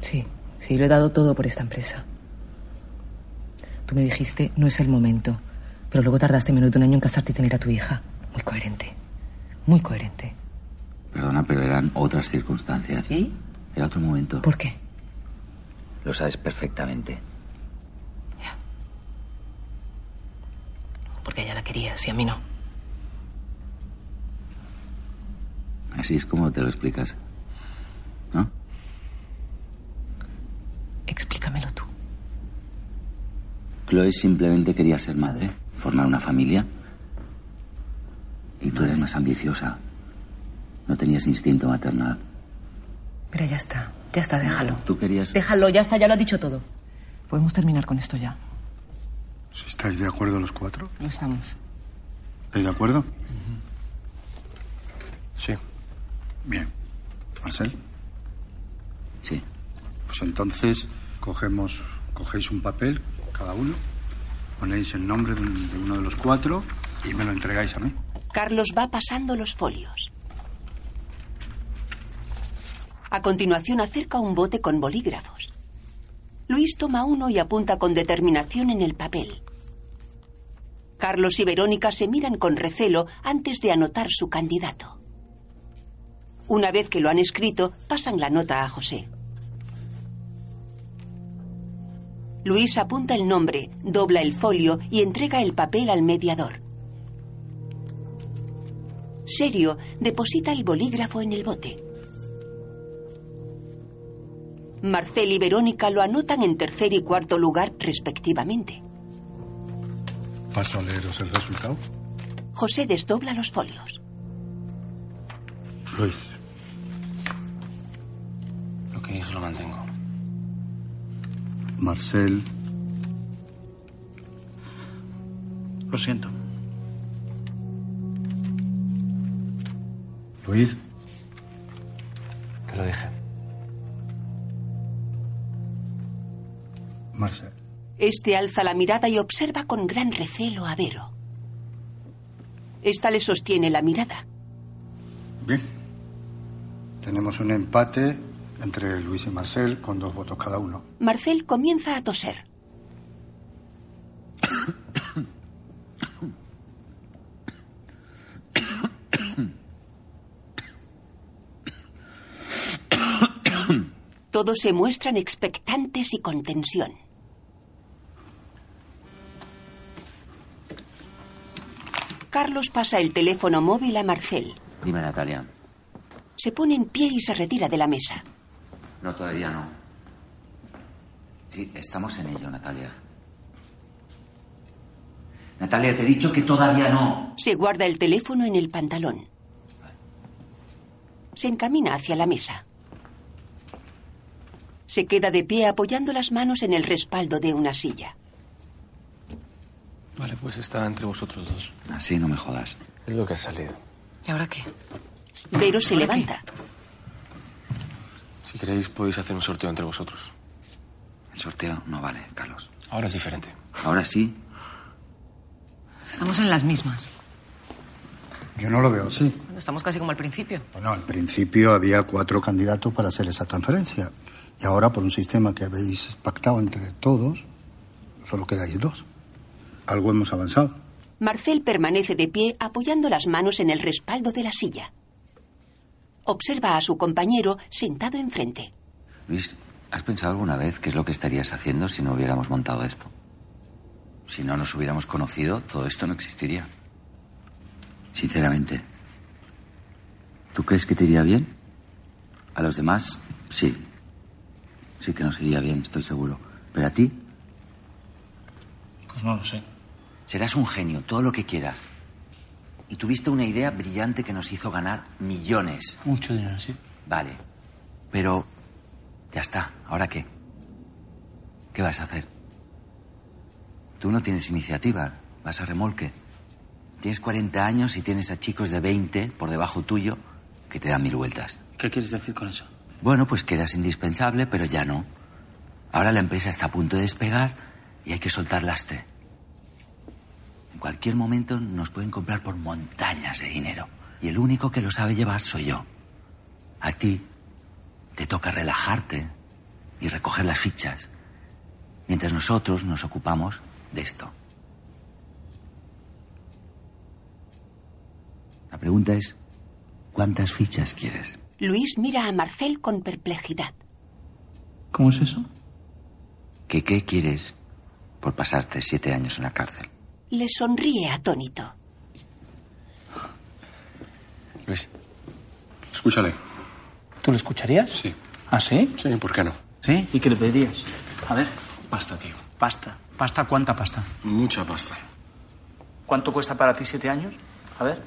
Speaker 8: Sí, sí, lo he dado todo por esta empresa. Tú me dijiste, no es el momento, pero luego tardaste menos de un año en casarte y tener a tu hija. Muy coherente, muy coherente.
Speaker 5: Perdona, pero eran otras circunstancias.
Speaker 8: ¿Y?
Speaker 5: Era otro momento.
Speaker 8: ¿Por qué?
Speaker 5: Lo sabes perfectamente.
Speaker 8: Porque ella la querías y a mí no.
Speaker 5: Así es como te lo explicas.
Speaker 8: Explícamelo tú.
Speaker 5: Chloe simplemente quería ser madre, formar una familia. Y tú eres más ambiciosa. No tenías instinto maternal.
Speaker 8: Mira, ya está, ya está, déjalo.
Speaker 5: Tú querías...
Speaker 8: Déjalo, ya está, ya lo has dicho todo. Podemos terminar con esto ya.
Speaker 11: Si estáis de acuerdo los cuatro,
Speaker 8: Lo estamos.
Speaker 11: ¿estáis de acuerdo?
Speaker 2: Sí.
Speaker 11: Bien. Marcel,
Speaker 5: Sí.
Speaker 11: pues entonces cogemos, cogéis un papel cada uno, ponéis el nombre de un- de uno de los cuatro y me lo entregáis a mí.
Speaker 1: Carlos va pasando los folios. A continuación acerca un bote con bolígrafos. Luis toma uno y apunta con determinación en el papel. Carlos y Verónica se miran con recelo antes de anotar su candidato. Una vez que lo han escrito, pasan la nota a José. Luis apunta el nombre, dobla el folio y entrega el papel al mediador. Serio, deposita el bolígrafo en el bote. Marcel y Verónica lo anotan en tercer y cuarto lugar respectivamente.
Speaker 11: Paso a leeros el resultado.
Speaker 1: José desdobla los folios.
Speaker 11: Luis,
Speaker 2: Lo que dije lo mantengo.
Speaker 11: Marcel,
Speaker 12: Lo siento.
Speaker 11: Luis,
Speaker 2: Te lo dije.
Speaker 11: Marcel.
Speaker 1: Este alza la mirada y observa con gran recelo a Vero. Esta le sostiene la mirada.
Speaker 11: Bien. Tenemos un empate entre Luis y Marcel con dos votos cada uno.
Speaker 1: Marcel comienza a toser. Todos se muestran expectantes y con tensión. Carlos pasa el teléfono móvil a Marcel.
Speaker 5: Dime, Natalia.
Speaker 1: Se pone en pie y se retira de la mesa.
Speaker 5: No, todavía no. Sí, estamos en ello, Natalia. Natalia, te he dicho que todavía no.
Speaker 1: Se guarda el teléfono en el pantalón. Se encamina hacia la mesa. Se queda de pie apoyando las manos en el respaldo de una silla.
Speaker 2: Vale, pues está entre vosotros dos.
Speaker 5: Así no me jodas.
Speaker 2: Es lo que ha salido.
Speaker 8: ¿Y ahora qué?
Speaker 1: Vero se levanta.
Speaker 2: Si queréis podéis hacer un sorteo entre vosotros.
Speaker 5: El sorteo no vale, Carlos.
Speaker 2: Ahora es diferente.
Speaker 5: Ahora sí.
Speaker 9: Estamos en las mismas.
Speaker 11: Yo no lo veo así.
Speaker 9: Bueno, estamos casi como al principio.
Speaker 11: Bueno, al principio había cuatro candidatos para hacer esa transferencia. Y ahora, por un sistema que habéis pactado entre todos, solo quedáis dos. Algo hemos avanzado.
Speaker 1: Marcel permanece de pie apoyando las manos en el respaldo de la silla. Observa a su compañero sentado enfrente.
Speaker 5: Luis, ¿has pensado alguna vez qué es lo que estarías haciendo si no hubiéramos montado esto? Si no nos hubiéramos conocido, todo esto no existiría. Sinceramente. ¿Tú crees que te iría bien? A los demás, sí. Sí que nos iría bien, estoy seguro. Pero a ti,
Speaker 3: Pues no lo sé.
Speaker 5: serás un genio, todo lo que quieras. Y tuviste una idea brillante que nos hizo ganar millones.
Speaker 3: Mucho dinero, sí.
Speaker 5: Vale. Pero ya está. ¿Ahora qué? ¿Qué vas a hacer? Tú no tienes iniciativa. Vas a remolque. Tienes 40 años y tienes a chicos de 20 por debajo tuyo que te dan mil vueltas.
Speaker 3: ¿Qué quieres decir con eso?
Speaker 5: Bueno, pues quedas indispensable, pero ya no. Ahora la empresa está a punto de despegar y hay que soltar lastre. En cualquier momento nos pueden comprar por montañas de dinero. Y el único que lo sabe llevar soy yo. A ti te toca relajarte y recoger las fichas, mientras nosotros nos ocupamos de esto. La pregunta es, ¿cuántas fichas quieres?
Speaker 1: Luis mira a Marcel con perplejidad.
Speaker 3: ¿Cómo es eso?
Speaker 5: ¿Que qué quieres por pasarte siete años en la cárcel?
Speaker 1: Le sonríe atónito.
Speaker 2: Luis, escúchale.
Speaker 3: ¿Tú lo escucharías?
Speaker 2: Sí.
Speaker 3: ¿Ah, sí?
Speaker 2: Sí, ¿por qué no?
Speaker 3: ¿Sí? ¿Y qué le pedirías? A ver,
Speaker 2: Pasta, tío.
Speaker 3: pasta. ¿Pasta cuánta pasta?
Speaker 2: Mucha pasta.
Speaker 3: ¿Cuánto cuesta para ti siete años? A ver.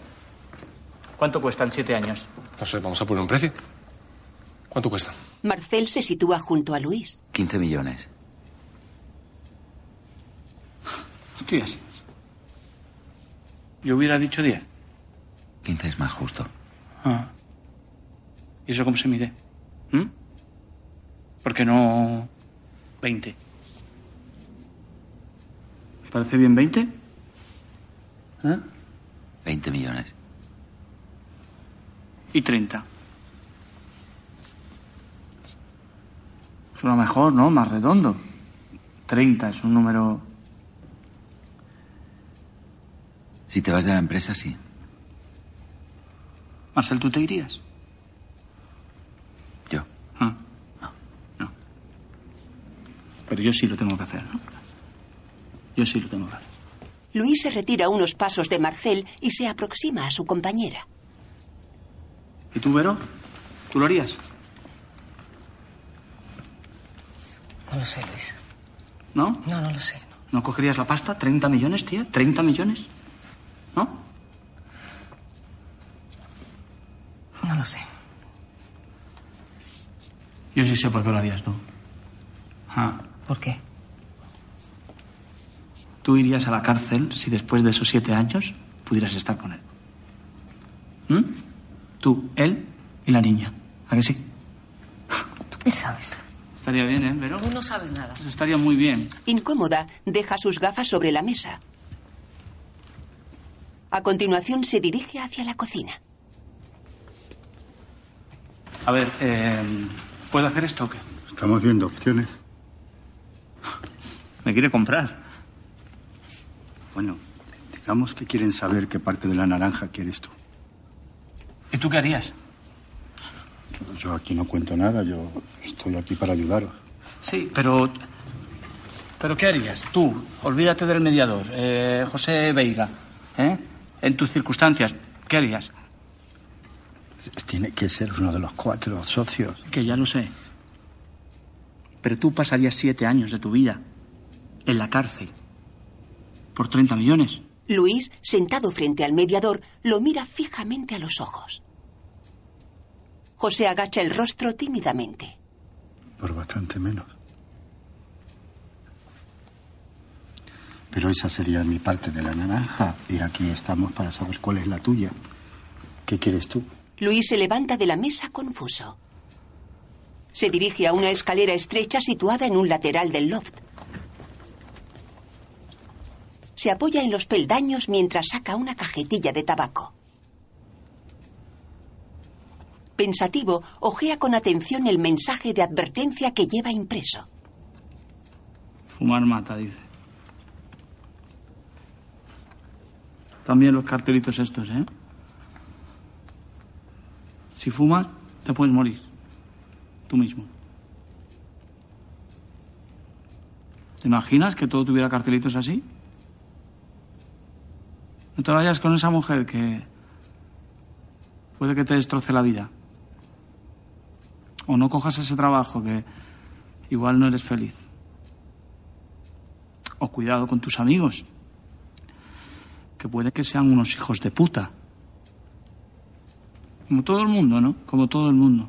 Speaker 3: ¿Cuánto cuestan siete años?
Speaker 2: No sé, vamos a poner un precio. ¿Cuánto cuesta?
Speaker 1: Marcel se sitúa junto a Luis.
Speaker 5: 15 millones.
Speaker 3: Hostias. Yo hubiera dicho diez.
Speaker 5: 15 es más justo.
Speaker 3: Ah. ¿Y eso cómo se mide? ¿Mm? ¿Por qué no 20? ¿Parece bien 20? ¿Eh?
Speaker 5: 20 millones.
Speaker 3: Y 30. Suena mejor, ¿no? Más redondo. 30 es un número...
Speaker 5: Si te vas de la empresa, sí.
Speaker 3: Marcel, ¿tú te irías?
Speaker 5: Yo.
Speaker 3: Ah. No. Pero yo sí lo tengo que hacer, ¿no? Yo sí lo tengo que hacer.
Speaker 1: Luis se retira unos pasos de Marcel y se aproxima a su compañera.
Speaker 3: ¿Y tú, Vero? ¿Tú lo harías?
Speaker 9: No lo sé, Luis.
Speaker 3: ¿No?
Speaker 9: No, no lo sé.
Speaker 3: ¿No cogerías la pasta? ¿30 millones, tía? ¿30 millones? ¿No?
Speaker 9: No lo sé.
Speaker 3: Yo sí sé por qué lo harías tú. Ah,
Speaker 9: ¿Por qué?
Speaker 3: tú irías a la cárcel si después de esos siete años pudieras estar con él. ¿Mm? Tú, él y la niña. ¿A que sí?
Speaker 9: ¿Tú qué sabes?
Speaker 3: Estaría bien, ¿eh, Vero?
Speaker 9: Tú no sabes nada.
Speaker 3: Eso estaría muy bien.
Speaker 1: Incómoda, deja sus gafas sobre la mesa. A continuación se dirige hacia la cocina.
Speaker 3: A ver, eh, ¿puedo hacer esto o qué?
Speaker 11: Estamos viendo opciones.
Speaker 3: Me quiere comprar.
Speaker 11: Bueno, digamos que quieren saber qué parte de la naranja quieres tú.
Speaker 3: ¿Y tú qué harías?
Speaker 11: Yo aquí no cuento nada, yo estoy aquí para ayudaros.
Speaker 3: Sí, pero... ¿Pero qué harías? Tú, olvídate del mediador, eh, José Veiga. ¿eh? En tus circunstancias, ¿qué harías?
Speaker 11: Tiene que ser uno de los cuatro socios.
Speaker 3: Que ya lo sé. Pero tú pasarías siete años de tu vida en la cárcel por 30 millones.
Speaker 1: Luis, sentado frente al mediador, lo mira fijamente a los ojos. José agacha el rostro tímidamente.
Speaker 11: Por bastante menos. Pero esa sería mi parte de la naranja. Y aquí estamos para saber cuál es la tuya. ¿Qué quieres tú?
Speaker 1: Luis se levanta de la mesa confuso. Se dirige a una escalera estrecha situada en un lateral del loft. se apoya en los peldaños mientras saca una cajetilla de tabaco. Pensativo, ojea con atención el mensaje de advertencia que lleva impreso.
Speaker 12: Fumar mata, dice. También los cartelitos estos, ¿eh? Si fumas, te puedes morir. Tú mismo. ¿Te imaginas que todo tuviera cartelitos así? No te vayas con esa mujer que puede que te destroce la vida. O no cojas ese trabajo que igual no eres feliz. O cuidado con tus amigos, que puede que sean unos hijos de puta. Como todo el mundo, ¿no? Como todo el mundo.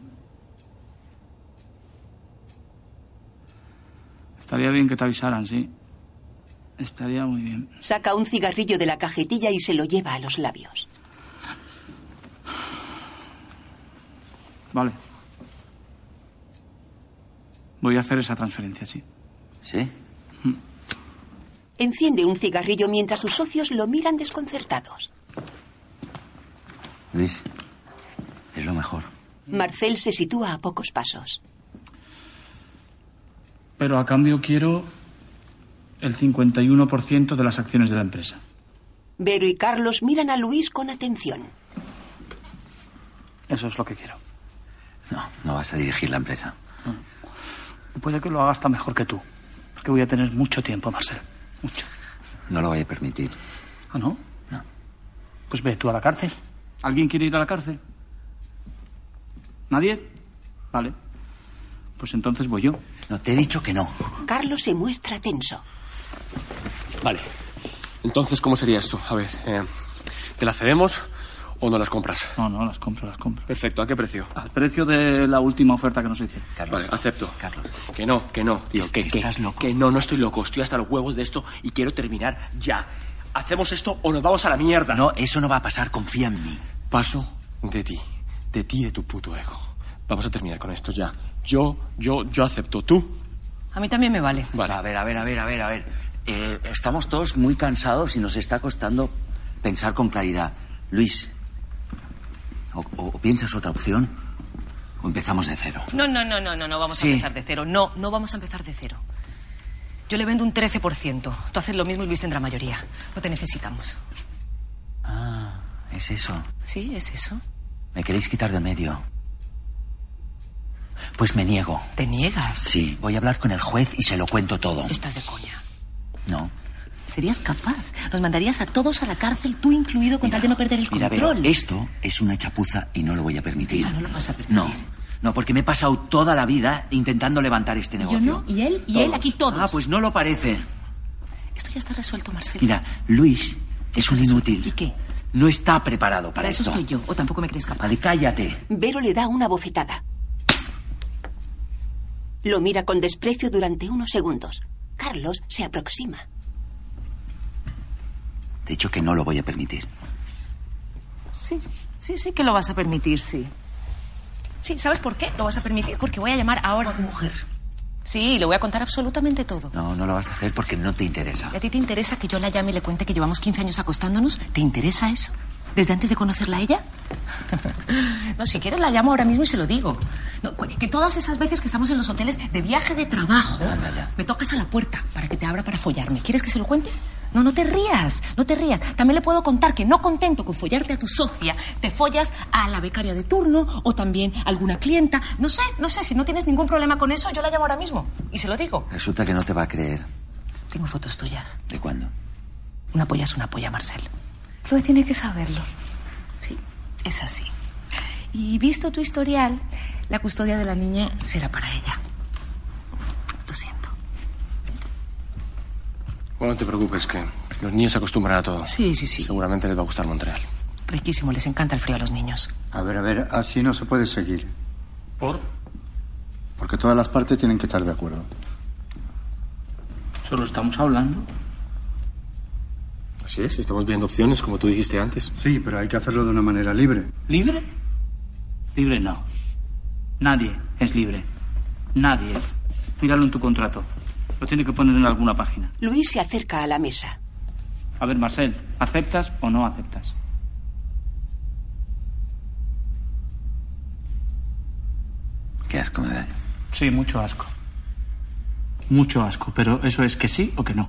Speaker 12: Estaría bien que te avisaran, sí. Estaría muy bien.
Speaker 1: Saca un cigarrillo de la cajetilla y se lo lleva a los labios.
Speaker 12: Vale. Voy a hacer esa transferencia, sí.
Speaker 5: ¿Sí?
Speaker 1: Enciende un cigarrillo mientras sus socios lo miran desconcertados.
Speaker 5: Luis, es lo mejor.
Speaker 1: Marcel se sitúa a pocos pasos.
Speaker 12: Pero a cambio quiero el 51% de las acciones de la empresa.
Speaker 1: Vero y Carlos miran a Luis con atención.
Speaker 12: Eso es lo que quiero.
Speaker 5: No, no vas a dirigir la empresa.
Speaker 12: Y puede que lo haga hasta mejor que tú. Porque voy a tener mucho tiempo, Marcel.
Speaker 5: No lo voy a permitir.
Speaker 12: ¿Ah, no? No. Pues ve tú a la cárcel. ¿Alguien quiere ir a la cárcel? ¿Nadie? Vale. Pues entonces voy yo.
Speaker 5: No, te he dicho que no.
Speaker 1: Carlos se muestra tenso.
Speaker 2: Vale. Entonces, ¿cómo sería esto? A ver, eh, ¿te las cedemos o no las compras?
Speaker 12: No, no, las compro, las compro.
Speaker 2: Perfecto, ¿a qué precio?
Speaker 12: Al precio de la última oferta que nos hicieron.
Speaker 2: vale, acepto. Carlos. Que no, que no, tío. Que, que- Que no, no estoy loco. Estoy hasta los huevos de esto y quiero terminar ya. ¿Hacemos esto o nos vamos a la mierda?
Speaker 5: No, eso no va a pasar, confía en mí.
Speaker 2: Paso de ti. De ti y de tu puto ego. Vamos a terminar con esto ya. Yo, yo, yo acepto. ¿Tú?
Speaker 9: A mí también me vale.
Speaker 5: Vale. A ver, a ver, a ver, a ver, a ver. Eh, estamos todos muy cansados y nos está costando pensar con claridad. Luis, o, o- o piensas otra opción o empezamos de cero.
Speaker 9: No, no, no, no, no, no vamos
Speaker 5: Sí.
Speaker 9: a empezar de cero. No, no vamos a empezar de cero. Yo le vendo un 13%. Tú haces lo mismo y Luis tendrá mayoría. No te necesitamos.
Speaker 5: Es eso.
Speaker 9: ¿Sí? ¿Es eso?
Speaker 5: ¿Me queréis quitar de medio? Pues me niego.
Speaker 9: ¿Te niegas?
Speaker 5: Sí, voy a hablar con el juez y se lo cuento todo.
Speaker 9: Estás de coña.
Speaker 5: No.
Speaker 9: ¿Serías capaz? Nos mandarías a todos a la cárcel, tú incluido, con tal de no perder el
Speaker 5: Mira, Vero,
Speaker 9: control. Ah,
Speaker 5: esto es una chapuza y no lo voy a permitir.
Speaker 9: No lo vas a perder.
Speaker 5: No, no, porque me he pasado toda la vida intentando levantar este
Speaker 9: Yo
Speaker 5: negocio.
Speaker 9: no, y él, y él,
Speaker 5: Todos.
Speaker 9: aquí todos.
Speaker 5: Ah, pues no lo parece.
Speaker 9: Esto ya está resuelto, Marcelo.
Speaker 5: Mira, Luis es un inútil. ¿Y
Speaker 9: qué?
Speaker 5: No está preparado para,
Speaker 9: para eso
Speaker 5: esto.
Speaker 9: estoy yo, o tampoco me crees capaz.
Speaker 5: Vale, cállate.
Speaker 1: Vero le da una bofetada. Lo mira con desprecio durante unos segundos. Carlos se aproxima.
Speaker 5: De hecho, que no lo voy a permitir.
Speaker 9: Sí, sí, sí que lo vas a permitir, sí. Sí, ¿sabes por qué? Lo vas a permitir porque voy a llamar ahora a tu mujer. Sí, le voy a contar absolutamente todo.
Speaker 5: No, no lo vas a hacer porque no te interesa.
Speaker 9: ¿Y a ti te interesa que yo la llame y le cuente que llevamos 15 años acostándonos? ¿Te interesa eso? ¿Desde antes de conocerla a ella? no, si quieres la llamo ahora mismo y se lo digo. No, cu- que todas esas veces que estamos en los hoteles de viaje de trabajo, me tocas a la puerta para que te abra para follarme. ¿Quieres que se lo cuente? No, no te rías, no te rías. También le puedo contar que no contento con follarte a tu socia, te follas a la becaria de turno o también a alguna clienta. No sé, no sé, si no tienes ningún problema con eso, yo la llamo ahora mismo y se lo digo.
Speaker 5: Resulta que no te va a creer.
Speaker 9: Tengo fotos tuyas.
Speaker 5: ¿De cuándo?
Speaker 9: Una polla es una polla, Marcel. Luego tiene que saberlo. Sí, es así. Y visto tu historial, la custodia de la niña será para ella. Lo siento.
Speaker 2: Bueno, no te preocupes, que los niños se acostumbran a todo.
Speaker 9: Sí, sí, sí.
Speaker 2: Seguramente les va a gustar Montreal.
Speaker 9: Riquísimo, les encanta el frío a los niños.
Speaker 11: A ver, a ver, así no se puede seguir.
Speaker 3: ¿Por?
Speaker 11: Porque todas las partes tienen que estar de acuerdo.
Speaker 12: Solo estamos hablando.
Speaker 2: Así es, estamos viendo opciones, como tú dijiste antes.
Speaker 11: Sí, pero hay que hacerlo de una manera libre.
Speaker 12: ¿Libre? Libre no. Nadie es libre. Nadie. Míralo en tu contrato. Lo tiene que poner en alguna página.
Speaker 1: Luis se acerca a la mesa.
Speaker 12: A ver, Marcel, ¿aceptas o no aceptas?
Speaker 5: Qué asco me da.
Speaker 12: Sí, mucho asco. Mucho asco, pero eso es que sí o que no.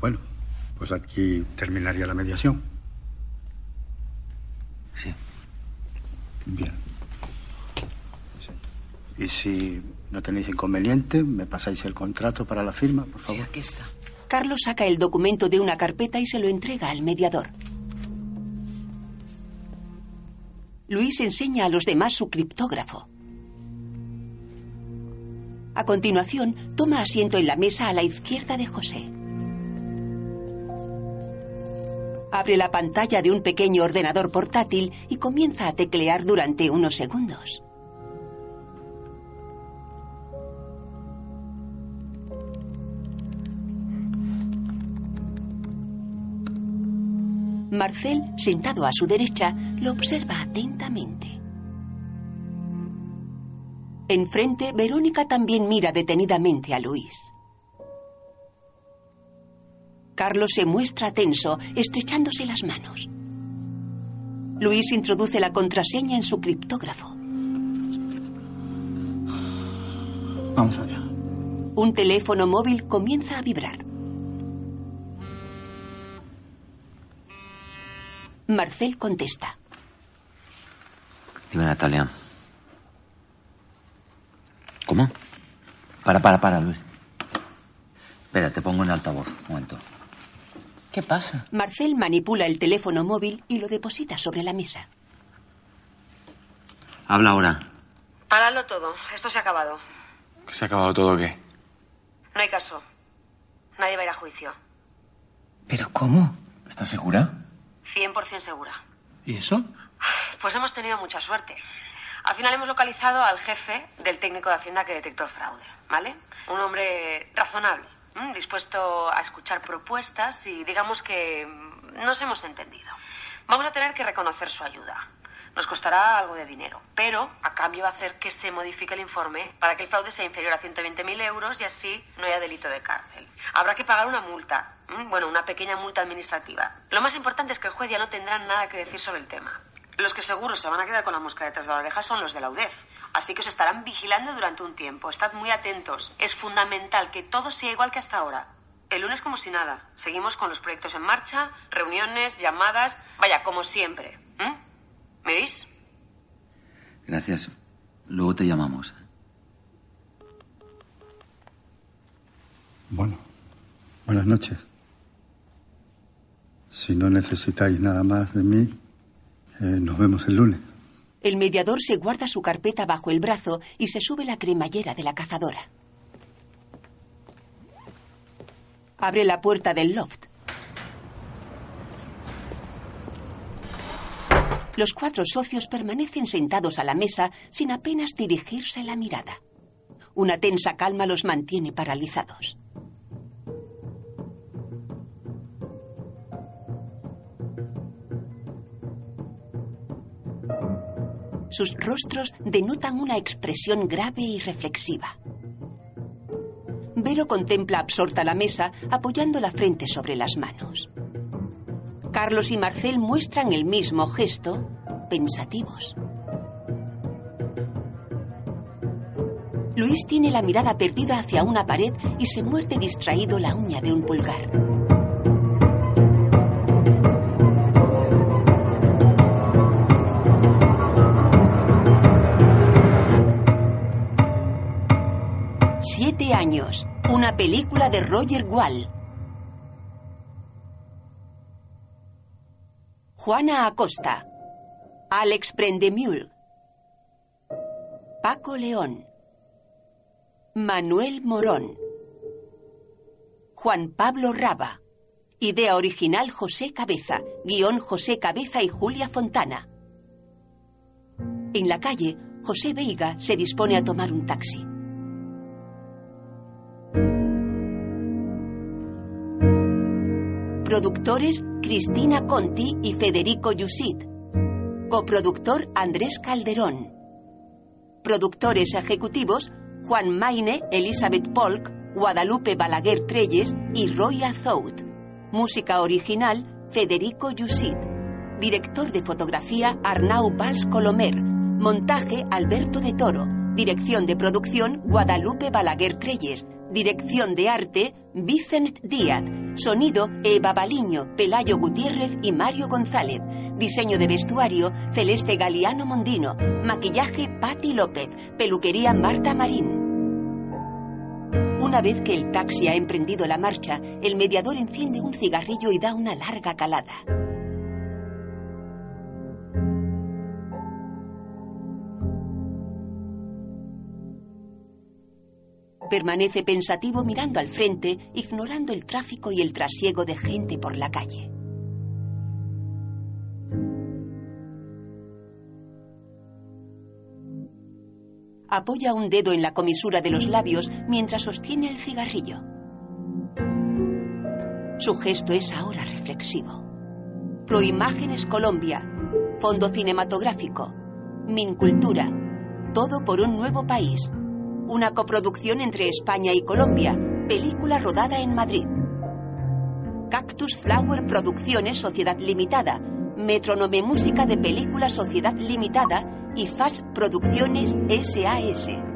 Speaker 11: Bueno, pues aquí terminaría la mediación.
Speaker 5: Sí.
Speaker 11: Bien. Y si no tenéis inconveniente, me pasáis el contrato para la firma, por favor.
Speaker 8: Aquí está.
Speaker 1: Carlos saca el documento de una carpeta y se lo entrega al mediador. Luis enseña a los demás su criptógrafo. A continuación, toma asiento en la mesa a la izquierda de José. Abre la pantalla de un pequeño ordenador portátil y comienza a teclear durante unos segundos. Marcel, sentado a su derecha, lo observa atentamente. Enfrente, Verónica también mira detenidamente a Luis. Carlos se muestra tenso, estrechándose las manos. Luis introduce la contraseña en su criptógrafo.
Speaker 14: Vamos allá.
Speaker 1: Un teléfono móvil comienza a vibrar. Marcel contesta.
Speaker 5: Dime, Natalia. ¿Cómo? Para, para, para, Luis. Espera, te pongo en altavoz. Un momento.
Speaker 8: ¿Qué pasa?
Speaker 1: Marcel manipula el teléfono móvil y lo deposita sobre la mesa.
Speaker 5: Habla ahora.
Speaker 9: Paradlo todo. Esto se ha acabado.
Speaker 2: ¿Que se ha acabado todo o qué?
Speaker 9: No hay caso. Nadie va a ir a juicio.
Speaker 8: ¿Pero cómo?
Speaker 2: ¿Estás segura?
Speaker 9: 100% segura.
Speaker 15: ¿Y eso?
Speaker 9: Pues hemos tenido mucha suerte. Al final hemos localizado al jefe del técnico de Hacienda que detectó el fraude, ¿vale? Un hombre razonable, ¿m? dispuesto a escuchar propuestas y digamos que mm, nos hemos entendido. Vamos a tener que reconocer su ayuda. Nos costará algo de dinero, pero a cambio va a hacer que se modifique el informe para que el fraude sea inferior a 120.000 euros y así no haya delito de cárcel. Habrá que pagar una multa, ¿m? bueno, una pequeña multa administrativa. Lo más importante es que el juez ya no tendrá nada que decir sobre el tema. Los que seguro se van a quedar con la mosca detrás de la oreja son los de la UDEF. Así que os estarán vigilando durante un tiempo. Estad muy atentos. Es fundamental que todo sea igual que hasta ahora. El lunes como si nada. Seguimos con los proyectos en marcha, reuniones, llamadas. Vaya, como siempre. ¿m? ¿Me veis?
Speaker 5: Gracias. Luego te llamamos.
Speaker 11: Bueno, buenas noches. Si no necesitáis nada más de mí, eh, nos vemos el lunes.
Speaker 1: El mediador se guarda su carpeta bajo el brazo y se sube la cremallera de la cazadora. Abre la puerta del loft. Los cuatro socios permanecen sentados a la mesa sin apenas dirigirse la mirada. Una tensa calma los mantiene paralizados. Sus rostros denotan una expresión grave y reflexiva. Vero contempla absorta la mesa, apoyando la frente sobre las manos. Carlos y Marcel muestran el mismo gesto, pensativos. Luis tiene la mirada perdida hacia una pared y se muerde distraído la uña de un pulgar. Siete años, una película de Roger Wall. Juana Acosta, Alex Prendemühl, Paco León, Manuel Morón, Juan Pablo Raba, idea original José Cabeza, guión José Cabeza y Julia Fontana. En la calle, José Veiga se dispone a tomar un taxi. Productores Cristina Conti y Federico Yusit. Coproductor Andrés Calderón. productores ejecutivos Juan Maine, Elizabeth Polk, Guadalupe Balaguer Treyes y Roy Azout. Música original Federico Yusit. Director de fotografía Arnau Valls Colomer. Montaje Alberto de Toro. Dirección de producción Guadalupe Balaguer Treyes. Dirección de arte Vicent Díaz. Sonido Eva Baliño, Pelayo Gutiérrez y Mario González. Diseño de vestuario Celeste Galeano Mondino. Maquillaje Patti López. Peluquería Marta Marín. Una vez que el taxi ha emprendido la marcha, el mediador enciende un cigarrillo y da una larga calada. Permanece pensativo mirando al frente, ignorando el tráfico y el trasiego de gente por la calle. Apoya un dedo en la comisura de los labios mientras sostiene el cigarrillo. Su gesto es ahora reflexivo. Proimágenes Colombia, Fondo Cinematográfico, Mincultura, Todo por un Nuevo País, una coproducción entre España y Colombia, película rodada en Madrid. Cactus Flower Producciones Sociedad Limitada, Metronome Música de Película Sociedad Limitada y Fast Producciones SAS.